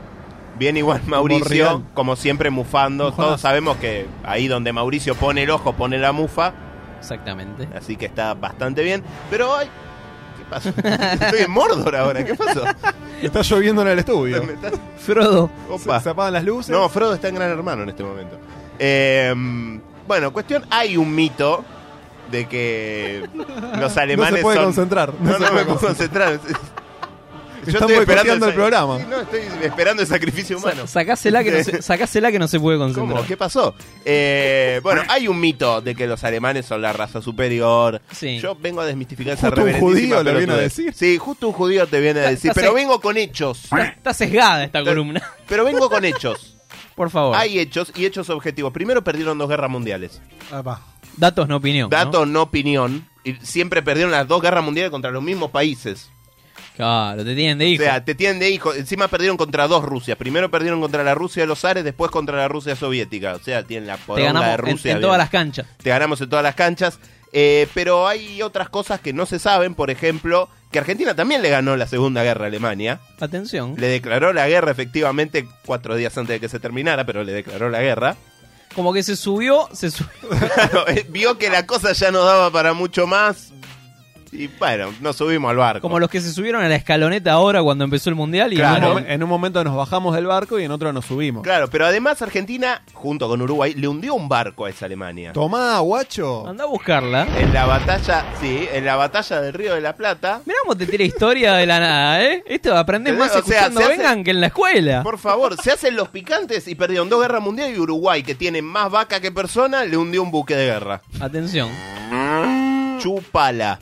Bien igual Mauricio,
Regal.
como, siempre mufando. Todos sabemos que ahí donde Mauricio pone el ojo, pone la mufa.
Exactamente.
Así que está bastante bien. Pero ay, ¿qué pasó? Estoy en Mordor ahora, ¿qué pasó?
Está lloviendo en el estudio.
Frodo.
Opa.
Se, se apagan las luces.
No, Frodo está en Gran Hermano en este momento. Eh, bueno, cuestión, hay un mito de que los alemanes
No se puede
son-
concentrar.
No, no,
se puede
me puedo concentrar. Yo
Están
estoy esperando
boicoteando el programa.
Sí, no, estoy esperando el sacrificio humano.
Sacásela que, no se, sacásela que no se puede concentrar.
¿Cómo? ¿Qué pasó? Eh, bueno, hay un mito de que los alemanes son la raza superior. Yo vengo a desmistificar esa
Justo un
reverendísima
judío lo viene a
pelotudez. Sí, justo un judío te viene a decir,
está
pero
sec-
vengo con hechos.
Está sesgada esta columna.
Pero vengo con hechos.
Por favor.
Hay hechos y hechos objetivos. Primero perdieron dos guerras mundiales.
Datos, no opinión. ¿no?
Datos, no opinión. Y siempre perdieron las dos guerras mundiales contra los mismos países.
Claro, te tienen de hijo.
O sea, te tienen de hijo. Encima perdieron contra dos Rusias. Primero perdieron contra la Rusia de los Ares, después contra la Rusia soviética. O sea, tienen la
te
poronga
ganamos
de
en-
Rusia.
en,
bien.
todas las canchas.
Te ganamos en todas las canchas. Eh, pero hay otras cosas que no se saben. Por ejemplo, que Argentina también le ganó la Segunda Guerra a Alemania.
Atención.
Le declaró la guerra efectivamente cuatro días antes de que se terminara, pero le declaró la guerra.
Como que se subió, se subió.
Claro, eh, Vio que la cosa ya no daba para mucho más. Y bueno, nos subimos al barco.
Como los que se subieron a la escaloneta ahora cuando empezó el mundial. Y
Claro. eh.
ahora-
En un momento nos bajamos del barco y en otro nos subimos.
Claro, pero además Argentina, junto con Uruguay, le hundió un barco a esa Alemania.
Tomá, guacho.
Anda a buscarla.
En la batalla, sí, en la batalla del Río de la Plata.
Mirá cómo te tira historia de la nada, ¿eh? Esto aprendés más
O sea,
escuchando
se hace-
vengan que en la escuela.
Por favor, se hacen los picantes y perdieron dos guerras mundiales y Uruguay, que tiene más vaca que persona, le hundió un buque de guerra.
Atención.
Ah, Chupala.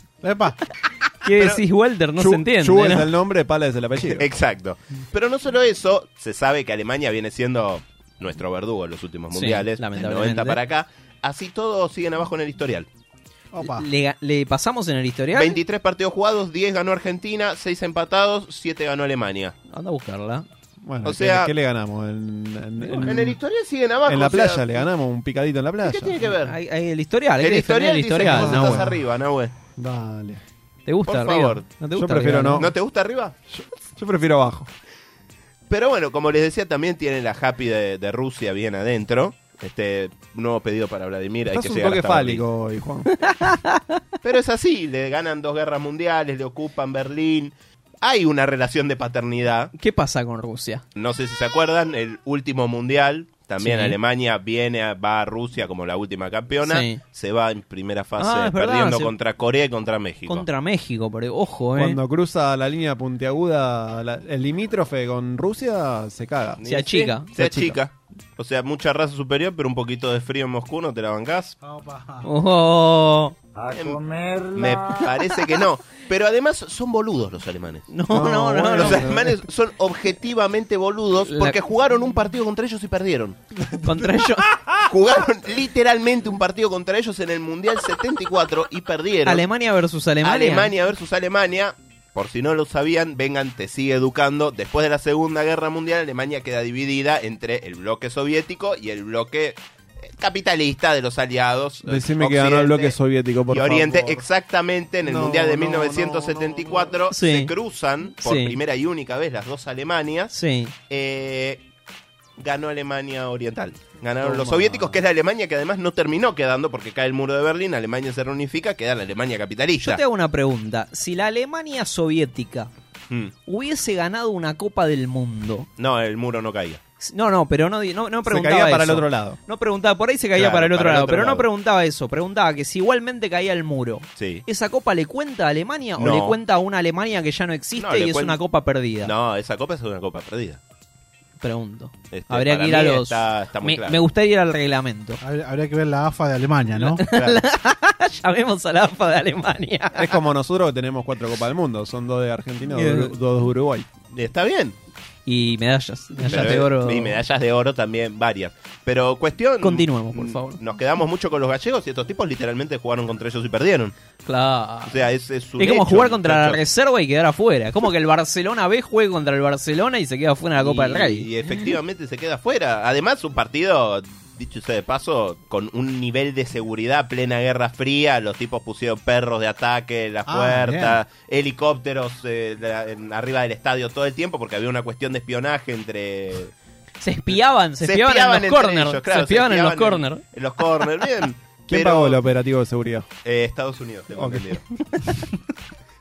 ¿Qué decís, Walter? No se entiende.
Chu es
¿no?
el nombre, Pala es el apellido.
Exacto. Pero no solo eso, se sabe que Alemania viene siendo nuestro verdugo en los últimos
Sí,
mundiales, del
lamentablemente.
90 para acá. Así todos siguen abajo en el historial.
Le, ga- le pasamos en el historial.
23 partidos jugados, 10 ganó Argentina, 6 empatados, 7 ganó Alemania.
Anda a buscarla.
Bueno,
O
¿qué-
sea-
¿qué, le ganamos? En, en- en-
En el historial siguen abajo.
en la
o sea,
playa, le ganamos un picadito en la playa.
¿Qué tiene que ver?
Hay, hay el historial. hay
el
que defender el
historial, dice que
historial.
vos
Nahue.
estás arriba, Nahue.
Dale.
¿Te gusta
Por
arriba?
favor.
¿No te
Yo
gusta
prefiero
arriba,
no.
¿No te gusta arriba?
Yo prefiero abajo.
Pero bueno, como les decía, también tienen la happy de, de Rusia bien adentro. Este nuevo pedido para Vladimir. hay
Estás
que
un
llegar
toque
hasta Berlín.
fálico hoy, Juan.
Pero es así, le ganan dos guerras mundiales, le ocupan Berlín. Hay una relación de paternidad.
¿Qué pasa con Rusia?
No sé si se acuerdan, el último mundial, también
Sí.
Alemania viene, a- va a Rusia como la última campeona,
Sí.
se va en primera fase
Ah, es verdad,
perdiendo
se-
contra Corea y contra México.
Contra México, pero ojo, ¿eh?
Cuando cruza la línea puntiaguda, la- el limítrofe con Rusia, se caga.
Se achica.
Se achica. O sea, mucha raza superior, pero un poquito de frío en Moscú, ¿no te la bancás?
Ojo.
Em, Me parece que no. Pero además son boludos los alemanes.
No, no, no.
los
no.
alemanes son objetivamente boludos
La-
porque jugaron un partido contra ellos y perdieron.
Contra ellos.
Jugaron literalmente un partido contra ellos en el Mundial 74 y perdieron.
Alemania versus Alemania.
Alemania versus Alemania. Por si no lo sabían, vengan, te sigue educando. Después de la Segunda Guerra Mundial, Alemania queda dividida entre el bloque soviético y el bloque eh, capitalista de los aliados. eh,
Decime que ganó el
Occidente
bloque soviético, por
y Oriente,
favor.
exactamente en el
No,
Mundial de
no,
1974,
Sí.
se cruzan por
Sí.
primera y única vez las dos Alemanias.
Sí.
Eh, ganó Alemania Oriental. Ganaron los
Toma.
soviéticos, que es la Alemania que además no terminó quedando porque cae el muro de Berlín, Alemania se reunifica, queda la Alemania
Yo
capitalista.
te hago una pregunta. Si la Alemania soviética
Mm.
hubiese ganado una Copa del Mundo.
No, el muro no caía.
No, no, pero no, di- no, no preguntaba
caía para
eso.
el otro lado.
No preguntaba, por ahí se caía
Claro,
para el otro
para el
lado,
otro
pero no
lado.
preguntaba eso. Preguntaba que si igualmente caía el muro,
Sí.
¿esa copa le cuenta a Alemania o
No.
le cuenta a una Alemania que ya no existe
No, le
y es
cuen-
una copa perdida?
No, esa copa es una copa perdida.
Pregunto.
Este,
Habría
para
que ir a
mí
los.
Está, está muy
me,
claro.
me gustaría ir al reglamento.
Habría habría que ver la AFA de Alemania, ¿no?
Llamemos a la AFA de Alemania.
Es como nosotros que tenemos cuatro Copas del Mundo. Son dos de Argentina, dos,
Bien.
de Uru- dos de Uruguay.
Está bien.
Y medallas. Medallas
Pero-
de oro.
Y medallas de oro también, varias. Pero cuestión. mm,
Continuemos, por favor.
Nos quedamos mucho con los gallegos y estos tipos literalmente jugaron contra ellos y perdieron.
Claro.
O sea, es, es un
Es como
hecho,
jugar contra la
muchachos.
reserva y quedar afuera. Es como que el Barcelona B juegue contra el Barcelona y se queda afuera en la Copa
Y-
del Rey.
Y efectivamente se queda afuera. Además, un partido, dicho sea de paso, con un nivel de seguridad, plena guerra fría. Los tipos pusieron perros de ataque en las
Ah,
puertas, helicópteros eh, la- en- arriba del estadio todo el tiempo, porque había una cuestión de espionaje entre
Se espiaban, se, espiaban, en los
entre
corners.
ellos, claro,
se espiaban en los corners.
En, los corners, bien.
¿Quién
pero-
pagó el operativo de seguridad?
Eh, Estados Unidos, tengo
Ok.
entendido.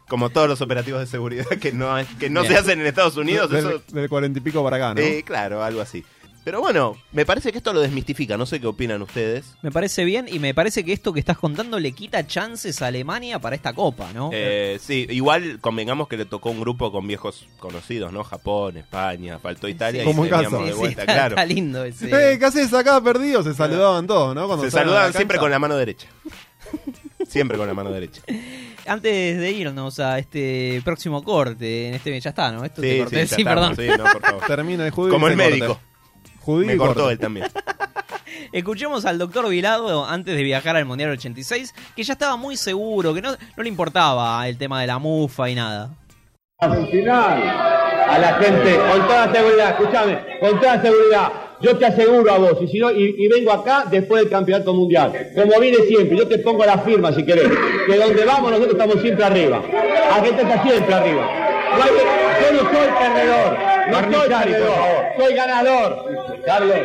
Como todos los operativos de seguridad que no, es- que no
Bien.
se hacen en Estados Unidos,
Del-
eso-
Del cuarenta y pico para acá, ¿no?
eh, claro, algo así. Pero bueno, me parece que esto lo desmistifica, no sé qué opinan ustedes.
Me parece bien y me parece que esto que estás contando le quita chances a Alemania para esta copa, ¿no?
Eh, sí, igual convengamos que le tocó un grupo con viejos conocidos, ¿no? Japón, España, faltó Italia.
Como
y
en casa.
teníamos de
Sí, sí,
vuelta,
está-
claro.
Está lindo ese.
Eh, ¿qué haces acá perdido? Se saludaban todos, ¿no? Cuando
Se
estaban en
saludaban siempre
cancha.
con la mano derecha. Siempre con la mano derecha.
Antes de irnos a este próximo corte, en este ya está, ¿no? Esto te
Sí,
corté,
sí, ya
sí,
estamos,
perdón.
sí, no, por favor.
Termina el judío.
Como
y
el
se corta.
médico.
Judío
Me
y
cortó
corta.
él también.
Escuchemos al doctor Vilado antes de viajar al Mundial 86, que ya estaba muy seguro, que no, no le importaba el tema de la mufa y nada.
a la gente, con toda seguridad, escúchame, con toda seguridad. Yo te aseguro a vos, y si no, y, y vengo acá después del campeonato mundial. Como viene siempre, yo te pongo la firma si querés. Que donde vamos nosotros estamos siempre arriba. Argentina está siempre arriba. No hay que- yo no soy perdedor, no soy
Barnizari, por favor.
perdedor, soy ganador. Carlos.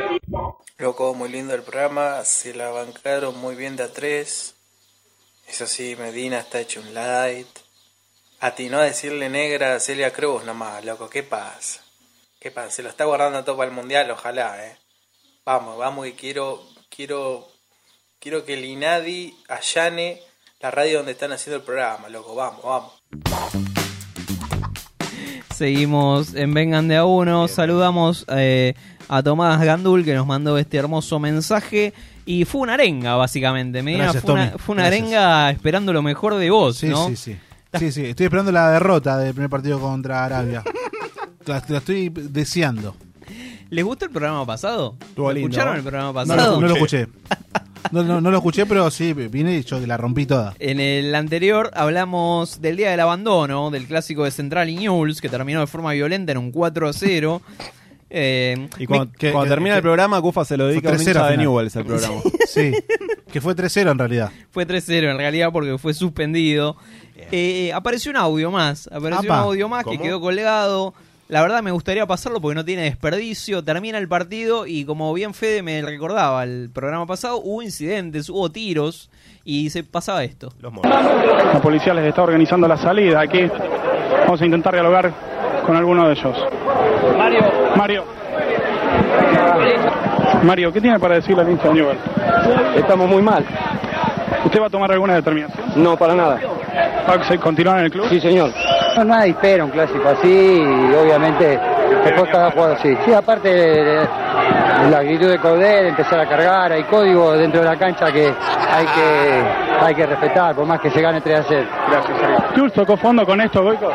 Loco, muy lindo el programa, se la bancaron muy bien de a tres. Eso sí, Medina está hecho un light. Atinó a decirle negra a Celia Cruz nomás, loco, ¿qué pasa? ¿Qué pasa? Se lo está guardando todo para el mundial, ojalá, eh. Vamos, vamos que quiero, quiero, quiero que el INADI allane la radio donde están haciendo el programa, loco, vamos, vamos.
Seguimos en Vengan de a uno. Saludamos eh, a Tomás Gandul que nos mandó este hermoso mensaje. Y fue una arenga, básicamente. Medina,
Gracias,
fue una,
Tommy.
fue una
Gracias.
arenga esperando lo mejor de vos,
Sí,
¿no?
sí, sí. Sí, sí, estoy esperando la derrota del primer partido contra Arabia. la, la estoy deseando.
¿Les gustó el programa pasado?
Estuvo
¿Lo
lindo. ¿eh?
¿Escucharon el programa
No lo,
pasado?
no lo escuché. No, no, no lo escuché, pero sí, vine y yo la rompí toda.
En el anterior hablamos del Día del Abandono, del clásico de Central y News, que terminó de forma violenta en un 4 a 0. Eh,
Y cuando,
mi-
cuando termina el programa, Cufa se lo dedica a un
3-0
hincha de
final.
Newell's el programa.
Sí, que fue 3-0 en realidad.
Fue 3-0 en realidad porque fue suspendido. Eh, apareció un audio más. Apareció
Apa.
un audio más
¿Cómo?
que quedó colgado. La verdad me gustaría pasarlo porque no tiene desperdicio. Termina el partido y como bien Fede me recordaba el programa pasado, hubo incidentes, hubo tiros y se pasaba esto.
La policía les está organizando la salida aquí. Vamos a intentar dialogar con alguno de ellos.
Mario.
Mario. Mario, ¿qué tiene para decirle al hincha de Newell? Estamos muy mal. ¿Usted va a tomar alguna determinación? No, para nada. ¿Va a se- continuar en el club? Sí, señor.
No, nadie espera un clásico así y obviamente después cada jugador sí. Sí, aparte eh, la actitud de Cordel, empezar a cargar, hay código dentro de la cancha que hay que hay que respetar, por más que se gane 3 a 0. Gracias,
¿Newell tocó fondo con esto, Goico?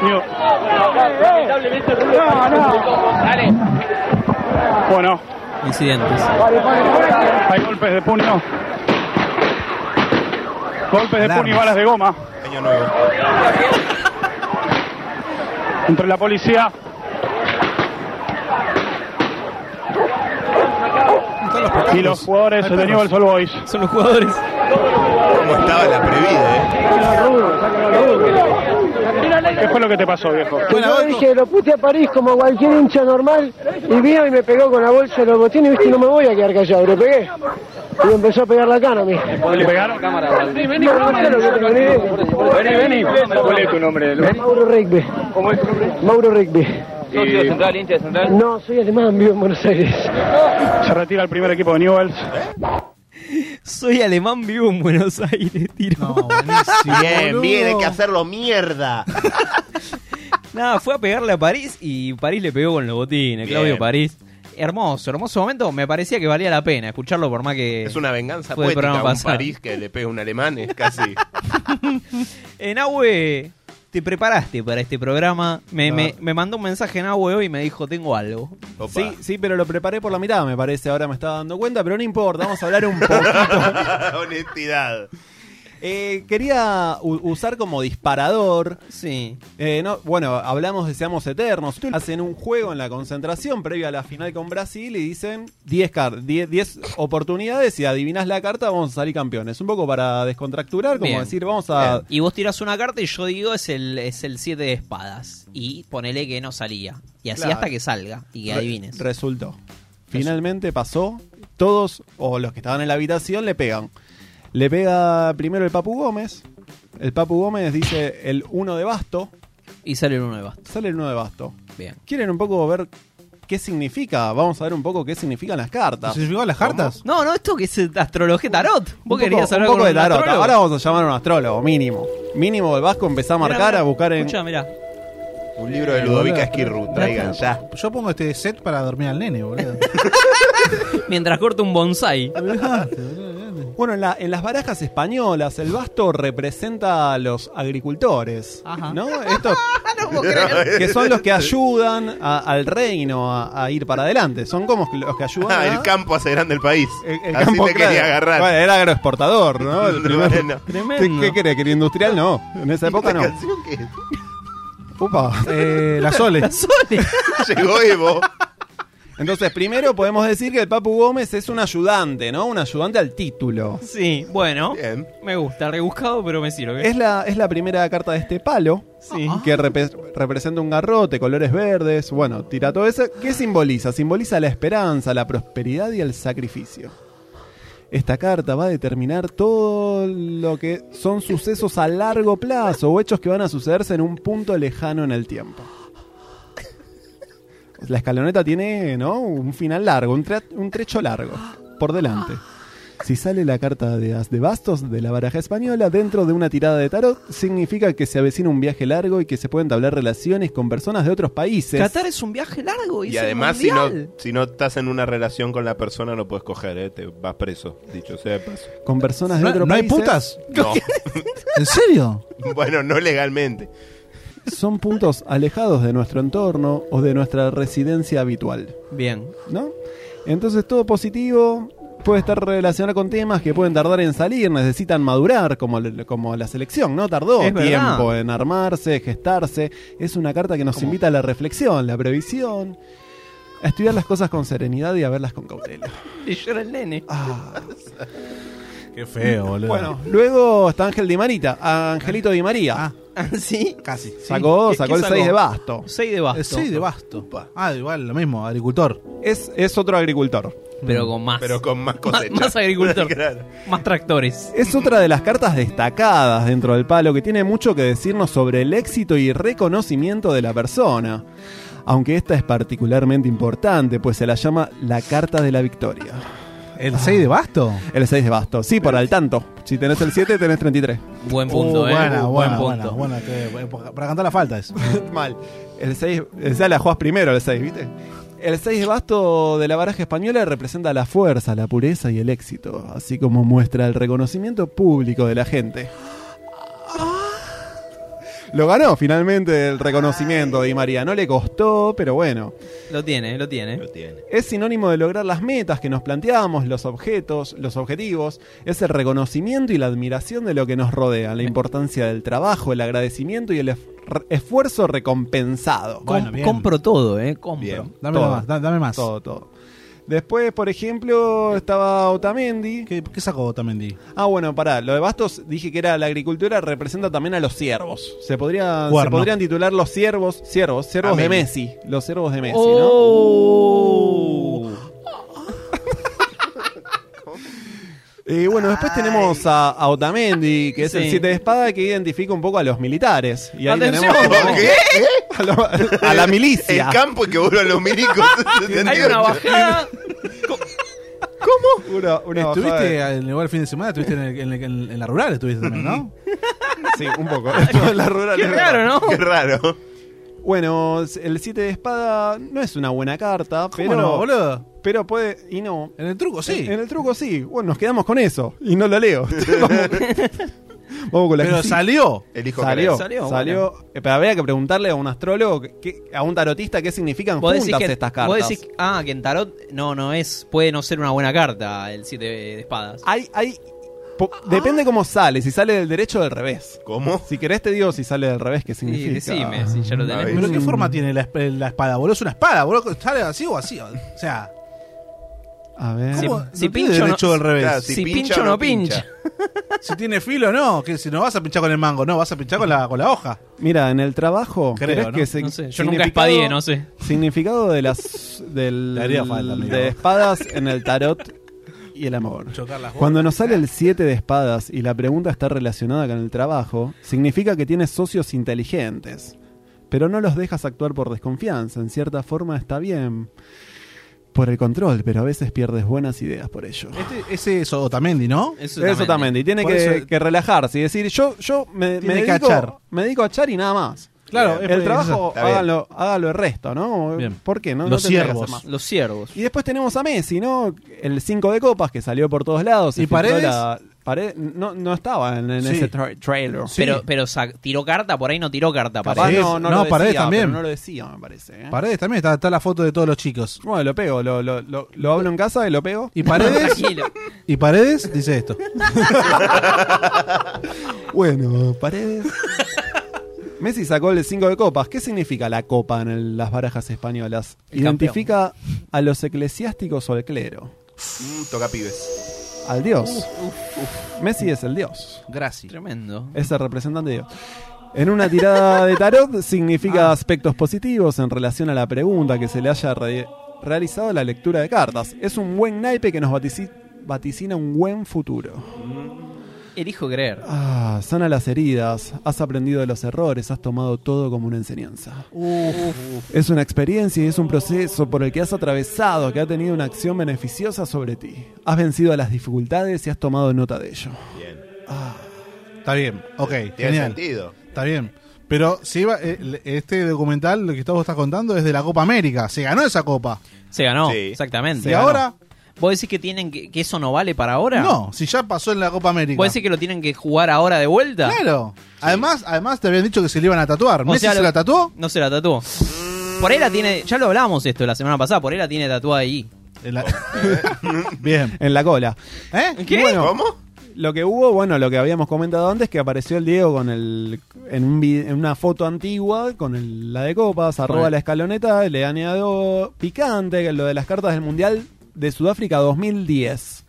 Newell.
No, no.
Bueno,
Incidentes.
hay golpes de puño. Golpes de puño y balas de goma. entre la policía. Y los jugadores de Newell's Old Boys.
Son los jugadores.
Como estaba la previda, ¿eh? ¿Qué fue lo que te pasó, viejo?
yo dije, lo puse a París como cualquier hincha normal y vino y me pegó con la bolsa de los botines, viste, no me voy a quedar callado, le pegué. Y me empezó a pegar la cara a mí.
¿Le pegaron? Vení,
No, no sé lo que tengo, ni idea.
vení. ¿Cuál es tu nombre?
Mauro Rigby. ¿Cómo es tu nombre? Mauro Rigby.
¿Socio de Central, hincha de Central?
No, soy alemán, vivo en Buenos Aires.
Se retira el primer equipo de Newell's.
Soy alemán, vivo en Buenos Aires, tiro.
Ah,
Bien, bien, hay que hacerlo mierda.
Nada, fue a pegarle a París y París le pegó con los botines,
Bien.
Claudio París. Hermoso, hermoso momento. Me parecía que valía la pena escucharlo por más que...
Es una venganza
fue el
poética. Un
programa pasado.
París que le pega un alemán es casi.
En Nahue, te preparaste para este programa. Me, me- me mandó un mensaje en Nahue hoy y me dijo, tengo algo.
Sí, sí, pero lo preparé por la mitad, me parece. Ahora me estaba dando cuenta, pero no importa. Vamos a hablar un poquito.
Honestidad.
Eh, quería u- usar como disparador. eh,
Sí.
no, bueno, hablamos de Seamos Eternos. Hacen un juego en la concentración previo a la final con Brasil y dicen 10 car- 10 10 oportunidades. Si adivinas la carta, vamos a salir campeones. Un poco para descontracturar, como
Bien.
decir, vamos a.
Bien. Y vos tirás una carta y yo digo es el es el 7 de espadas. Y ponele que no salía. Y así
Claro.
hasta que salga y que
Re-
adivines.
Resultó. Finalmente pasó. Todos, o los que estaban en la habitación, le pegan. Le pega primero el Papu Gómez. El Papu Gómez dice el 1 de basto.
Y sale el 1 de basto.
Sale el 1 de basto.
Bien.
¿Quieren un poco ver qué significa? Vamos a ver un poco qué significan las cartas.
¿Significan
las cartas?
No, no, esto que es astrología tarot. Vos
Un
querías
poco,
hablar
un poco
con
de
un
tarot.
astrólogo.
Ahora vamos a llamar a un astrólogo, mínimo. Mínimo el Vasco empezó a
Mirá,
marcar,
mirá,
a buscar en.
Escuchá, mirá.
Un libro
Eh,
de Ludovica Esquirru, traigan ya.
Yo pongo este set para dormir al nene, boludo.
Mientras corta un bonsai.
Bueno, en, la- en las barajas españolas, el basto representa a los agricultores. ¿No? Estos que son los que ayudan a- al reino a, a ir para adelante. Son como los que ayudan.
Ah,
a-
el campo hace grande el país.
el
Así
campo,
te
claro.
quería agarrar.
Bueno, era agroexportador, ¿no? El primer-
Bueno.
¿Qué, ¿Qué querés? ¿Quería industrial? No. En esa época no. Upa.
Eh, la Sole. La
Sole.
Llegó Evo.
Entonces, primero podemos decir que el Papu Gómez es un ayudante, ¿no? Un ayudante al título.
Sí, bueno. Me gusta, rebuscado, pero me sirve.
Es la, es la primera carta de este palo, que repre- representa un garrote, colores verdes, bueno, tira todo eso. ¿Qué simboliza? Simboliza la esperanza, la prosperidad y el sacrificio. Esta carta va a determinar todo lo que son sucesos a largo plazo o hechos que van a sucederse en un punto lejano en el tiempo. La escaloneta tiene ¿no? un final largo, un, tre- un trecho largo por delante. Si sale la carta de As de Bastos de la baraja española dentro de una tirada de tarot, significa que se avecina un viaje largo y que se pueden entablar relaciones con personas de otros países.
Qatar es un viaje largo. es
Y
el
además, si no,
mundial.
si no estás en una relación con la persona, no puedes coger, ¿eh? te vas preso, dicho sea de paso.
Con personas de ¿eh?
¿No-
otros
no hay
países.
putas? No.
¿En serio?
Bueno, no legalmente.
Son puntos alejados de nuestro entorno o de nuestra residencia habitual.
Bien.
¿no? Entonces todo positivo puede estar relacionado con temas que pueden tardar en salir, necesitan madurar, como, l- como la selección, ¿no? Tardó
Es verdad.
tiempo en armarse, gestarse. Es una carta que nos invita a la reflexión, la previsión, a estudiar las cosas con serenidad y a verlas con cautela.
Le llora el nene.
Qué feo, boludo.
Bueno, luego está Ángel Di Marita, Angelito
Ah.
Di María.
¿Sí?
Casi. sí.
Sacó,
¿Qué-
sacó
qué
el 6 de basto.
6 de basto.
El 6 Eh, de basto. Ah, igual, lo mismo, agricultor.
Es, es otro agricultor.
Pero con más.
Pero con más
Más,
cosecha.
más agricultor. Más tractores.
Es otra de las cartas destacadas dentro del palo que tiene mucho que decirnos sobre el éxito y reconocimiento de la persona. Aunque esta es particularmente importante, pues se la llama la carta de la victoria. Ah,
¿El 6 de basto?
El 6 de basto, sí, para el tanto. Si tenés el 7, tenés 33.
Buen
Uh, buena, buena, buena, buena, que- Para cantar la falta es.
Mal. El 6, ya la jugás primero el 6, ¿viste? El 6 de basto de la baraja española representa la fuerza, la pureza y el éxito, así como muestra el reconocimiento público de la gente. Lo ganó finalmente el reconocimiento Di María, no le costó, pero bueno.
Lo tiene, lo tiene. Lo
tiene.
Es sinónimo de lograr las metas que nos planteamos, los objetos, los objetivos, es el reconocimiento y la admiración de lo que nos rodea, la importancia del trabajo, el agradecimiento y el esf- esfuerzo recompensado.
Com- compro todo, ¿eh? Compro.
Dame
Todo.
más, da- dame más.
Todo, todo. Después, por ejemplo, estaba Otamendi.
¿Qué, qué sacó Otamendi?
Ah, bueno, pará. Lo de Bastos dije que era la agricultura, representa también a los siervos. Se, podría, Ah, se
Cuerno.
podrían titular los siervos, siervos, siervos de
Amén.
Messi. Los siervos de Messi,
Oh.
¿no? Y Eh, bueno, después tenemos a, a Otamendi, que es el
Sí.
7 de espada, que identifica un poco a los militares. Y ahí
Atención.
tenemos
¿Qué?
A, lo- a la milicia.
El campo y que vuelvan los milicos.
Hay una bajada.
¿Cómo? Una, una bajada de-
Estuviste al igual el fin de semana, estuviste en, el- en el- en- en la rural, estuviste también, ¿no?
Sí, un poco. En la rural
Qué
es
raro,
verdad.
¿no? Qué
raro.
Bueno, el 7 de espada no es una buena carta, pero.
no, boludo?
Pero puede. Y no.
En el truco sí.
En, el truco sí. Bueno, nos quedamos con eso. Y no lo leo. Vamos, vamos con la que
Pero
sí.
salió.
El
Salió, salió. Eh, pero habría que preguntarle a un astrólogo, que- a un tarotista, qué significan
Vos
juntas
decís que,
estas
vos
cartas.
decís que- ah, que en tarot no, no es, puede no ser una buena carta el 7 de espadas.
Hay, hay, Po- Depende cómo sale, si sale del derecho o del revés.
¿Cómo?
Si querés te digo si sale del revés, qué significa. Ah,
decime, si ya lo tenés.
¿Pero qué forma tiene la, esp- la espada, boludo? ¿Es una espada, boludo? ¿Sale así o así? O sea,
A ver.
¿cómo?
Si- si
tiene
pincho no-
derecho al revés.
Claro, si Si pincha pincha o no no pincha.
si tiene filo, no. Que si no vas a pinchar con el mango, no, vas a pinchar con la, con la hoja.
Mira, en el trabajo.
Creo,
¿querés
¿no?
que se-
No sé, yo nunca
significado-
espadié, no sé.
Significado de las. del-
Le haría falta, amigo.
de espadas en el tarot y el amor.
Chocar las bolas.
Cuando nos sale el 7 de espadas y la pregunta está relacionada con el trabajo, significa que tienes socios inteligentes. Pero no los dejas actuar por desconfianza. En cierta forma está bien. Por el control, pero a veces pierdes buenas ideas por ello.
Este- ese es Otamendi, ¿no?
Eso también. Y tiene
Por
que,
eso-
que relajarse y decir, yo, yo me,
Tiene
me
que
dedico,
achar.
me dedico a achar y nada más.
Claro, es-
el trabajo,
está bien.
hágalo, hágalo el resto, ¿no?
Bien.
¿Por qué? No,
Los
No tendría que
ciervos.
hacer más.
Los ciervos.
Y después tenemos a Messi, ¿no? El 5 de copas que salió por todos lados. se
¿Y
filtró
Paredes?
Pared- no, no estaba en, en
Sí.
ese tra- trailer.
Pero, pero sa- tiró carta, por ahí no tiró carta.
Capaz
parece.
Ah, no, no, lo
No,
decía,
Paredes también.
pero no lo decía, me parece. ¿eh?
Paredes también, está, está la foto de todos los chicos.
Bueno, lo pego, lo, lo, lo, lo hablo en casa y lo pego.
Y Paredes,
Tranquilo.
y Paredes dice esto.
Bueno, Paredes. Messi sacó el 5 de copas. ¿Qué significa la copa en el- las barajas españolas?
El
Identifica a los eclesiásticos o al clero.
Mm, toca pibes.
Al dios.
Uf, uf.
Messi es el dios.
Gracias. Tremendo.
Es el representante de dios. En una tirada de tarot significa aspectos positivos en relación a la pregunta que se le haya re- realizado la lectura de cartas. Es un buen naipe que nos vatici- vaticina un buen futuro.
Elijo creer.
Ah, sana las heridas, has aprendido de los errores, has tomado todo como una enseñanza. Es una experiencia y es un proceso por el que has atravesado, que ha tenido una acción beneficiosa sobre ti. Has vencido a las dificultades y has tomado nota de ello.
Está bien, ok. Tiene
sentido.
Está bien. Pero si iba, eh, le- este documental, lo que vos estás contando, es de la Copa América. Se ganó esa copa.
Se ganó, exactamente.
¿Y ahora?
¿Vos decís que tienen que, que eso no vale para ahora?
No, si ya pasó en la Copa América.
¿Vos decís que lo tienen que jugar ahora de vuelta?
Claro. Además, además te habían dicho que se le iban a tatuar.
O
¿Messi
sea,
se
lo-
la tatuó?
No se la tatuó.
Mm.
Por ahí la tiene, ya lo hablamos esto la semana pasada, por ahí la tiene tatuada ahí.
Bien. En la cola.
¿Eh?
¿Qué?
¿Cómo?
Lo que hubo, bueno, lo que habíamos comentado antes, que apareció el Diego con el, en, un vi- en una foto antigua, con el- la de copas, arroba
Bueno.
la escaloneta, le han añadido picante, que lo de las cartas del Mundial de Sudáfrica 2010.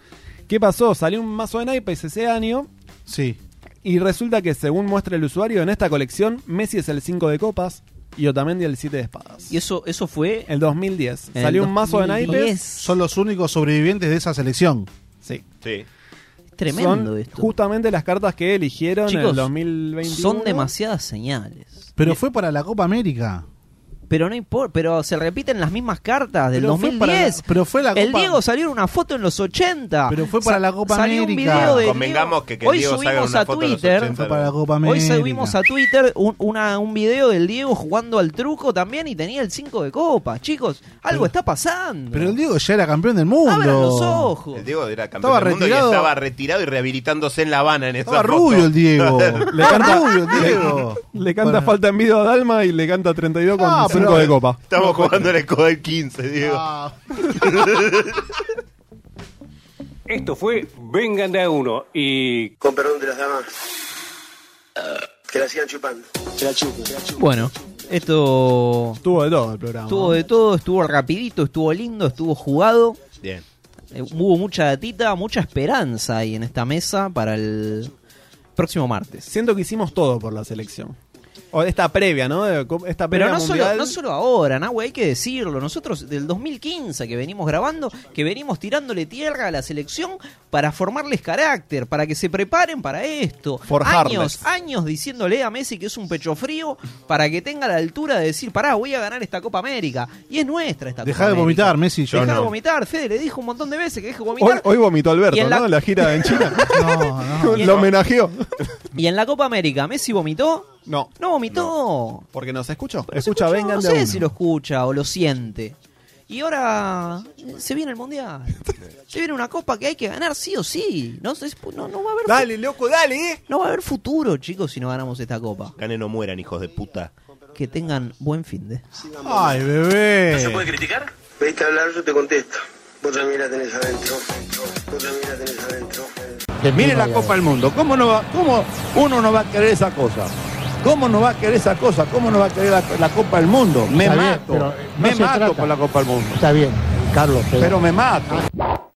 ¿Qué pasó? Salió un mazo de naipes ese año.
Sí.
Y resulta que, según muestra el usuario, en esta colección, Messi es el 5 de copas y Otamendi el 7 de espadas.
Y eso, eso fue.
El 2010.
En el
Salió un mazo de
2010.
naipes.
Son los únicos sobrevivientes de esa selección.
Sí.
Sí.
Tremendo
Son
esto.
justamente las cartas que eligieron en
Chicos,
el 2021.
son demasiadas señales.
Pero fue para la Copa América.
Pero no importa, pero se repiten las mismas cartas del
Pero fue
2010.
para- pero fue la
El
Copa-
Diego salió en una foto en los 80.
Pero fue para
Sa-
la Copa
salió
América.
Un video de
Convengamos que- que el
Hoy
Diego salga en
subimos
una
a
foto en los
Twitter.
80.
Fue para la Copa
Hoy
América.
subimos a Twitter un, una- un video del Diego jugando al truco también y tenía el 5 de copa. Chicos, algo está pasando.
Pero el Diego ya era campeón del mundo.
Abran los ojos.
El Diego era campeón
Estaba
del mundo
retirado.
y estaba retirado y rehabilitándose en La Habana en esa
Estaba
foto.
rubio el Diego.
Le canta,
rubio el
le-
Diego.
le, canta falta en vida a Dalma y le canta 32 con
Ah,
5
pero-
de copa.
Estamos
este.
jugando en el Codel 15,
Ah,
Diego.
Esto fue Vengan de a uno y.
Con perdón de las damas. Que la sigan chupando. Que la chupen, que la chupen.
Bueno, esto
Estuvo de todo el programa.
estuvo de todo, estuvo rapidito, estuvo lindo, estuvo jugado.
Bien.
Eh, hubo mucha datita, mucha esperanza ahí en esta mesa para el próximo martes.
Siento que hicimos todo por la selección. O esta previa, ¿no? De co-
Ah,
Esta previa
Pero no solo,
mundial.
no solo ahora, Nahue, hay que decirlo. Nosotros del 2015 que venimos grabando, que venimos tirándole tierra a la selección para formarles carácter, para que se preparen para esto.
Forjarles.
Años, años diciéndole a Messi que es un pecho frío para que tenga la altura de decir, pará, voy a ganar esta Copa América. Y es nuestra esta
Dejá
Copa
de
América.
vomitar, Messi. Yo
Dejá de
no.
vomitar, Fede le dijo un montón de veces que deje de
Hoy,
vomitar.
hoy vomitó
Y
Alberto,
en la-
¿no? La gira en China.
no.
Lo homenajeó.
Y en la Copa América, ¿Messi vomitó?
No.
No vomitó.
Porque nos escuchó.
Pero se
Escucha,
escuchó,
vengan
No
de a
sé
uno.
si lo escucha o lo siente. Y ahora eh, se viene el mundial. Se viene una copa que hay que ganar sí o sí. No, sé, no, no va a haber.
Dale, loco, dale. eh.
No va a haber futuro, chicos, si no ganamos esta copa.
Ganen o mueran, hijos de puta.
Que tengan buen fin de.
Ay, bebé.
criticar? Pediste hablar, yo te contesto. Vos también la tenés adentro. Vos también la tenés adentro.
Miren la Copa del Mundo. ¿Cómo, no va- cómo uno no va a querer esa cosa? ¿Cómo no va a querer esa cosa? ¿Cómo no va a querer la, la Copa del Mundo? Me
Está bien,
mato.
pero no
me
se
mato
trata.
por la Copa del Mundo.
Está bien, Carlos.
Pero me mato.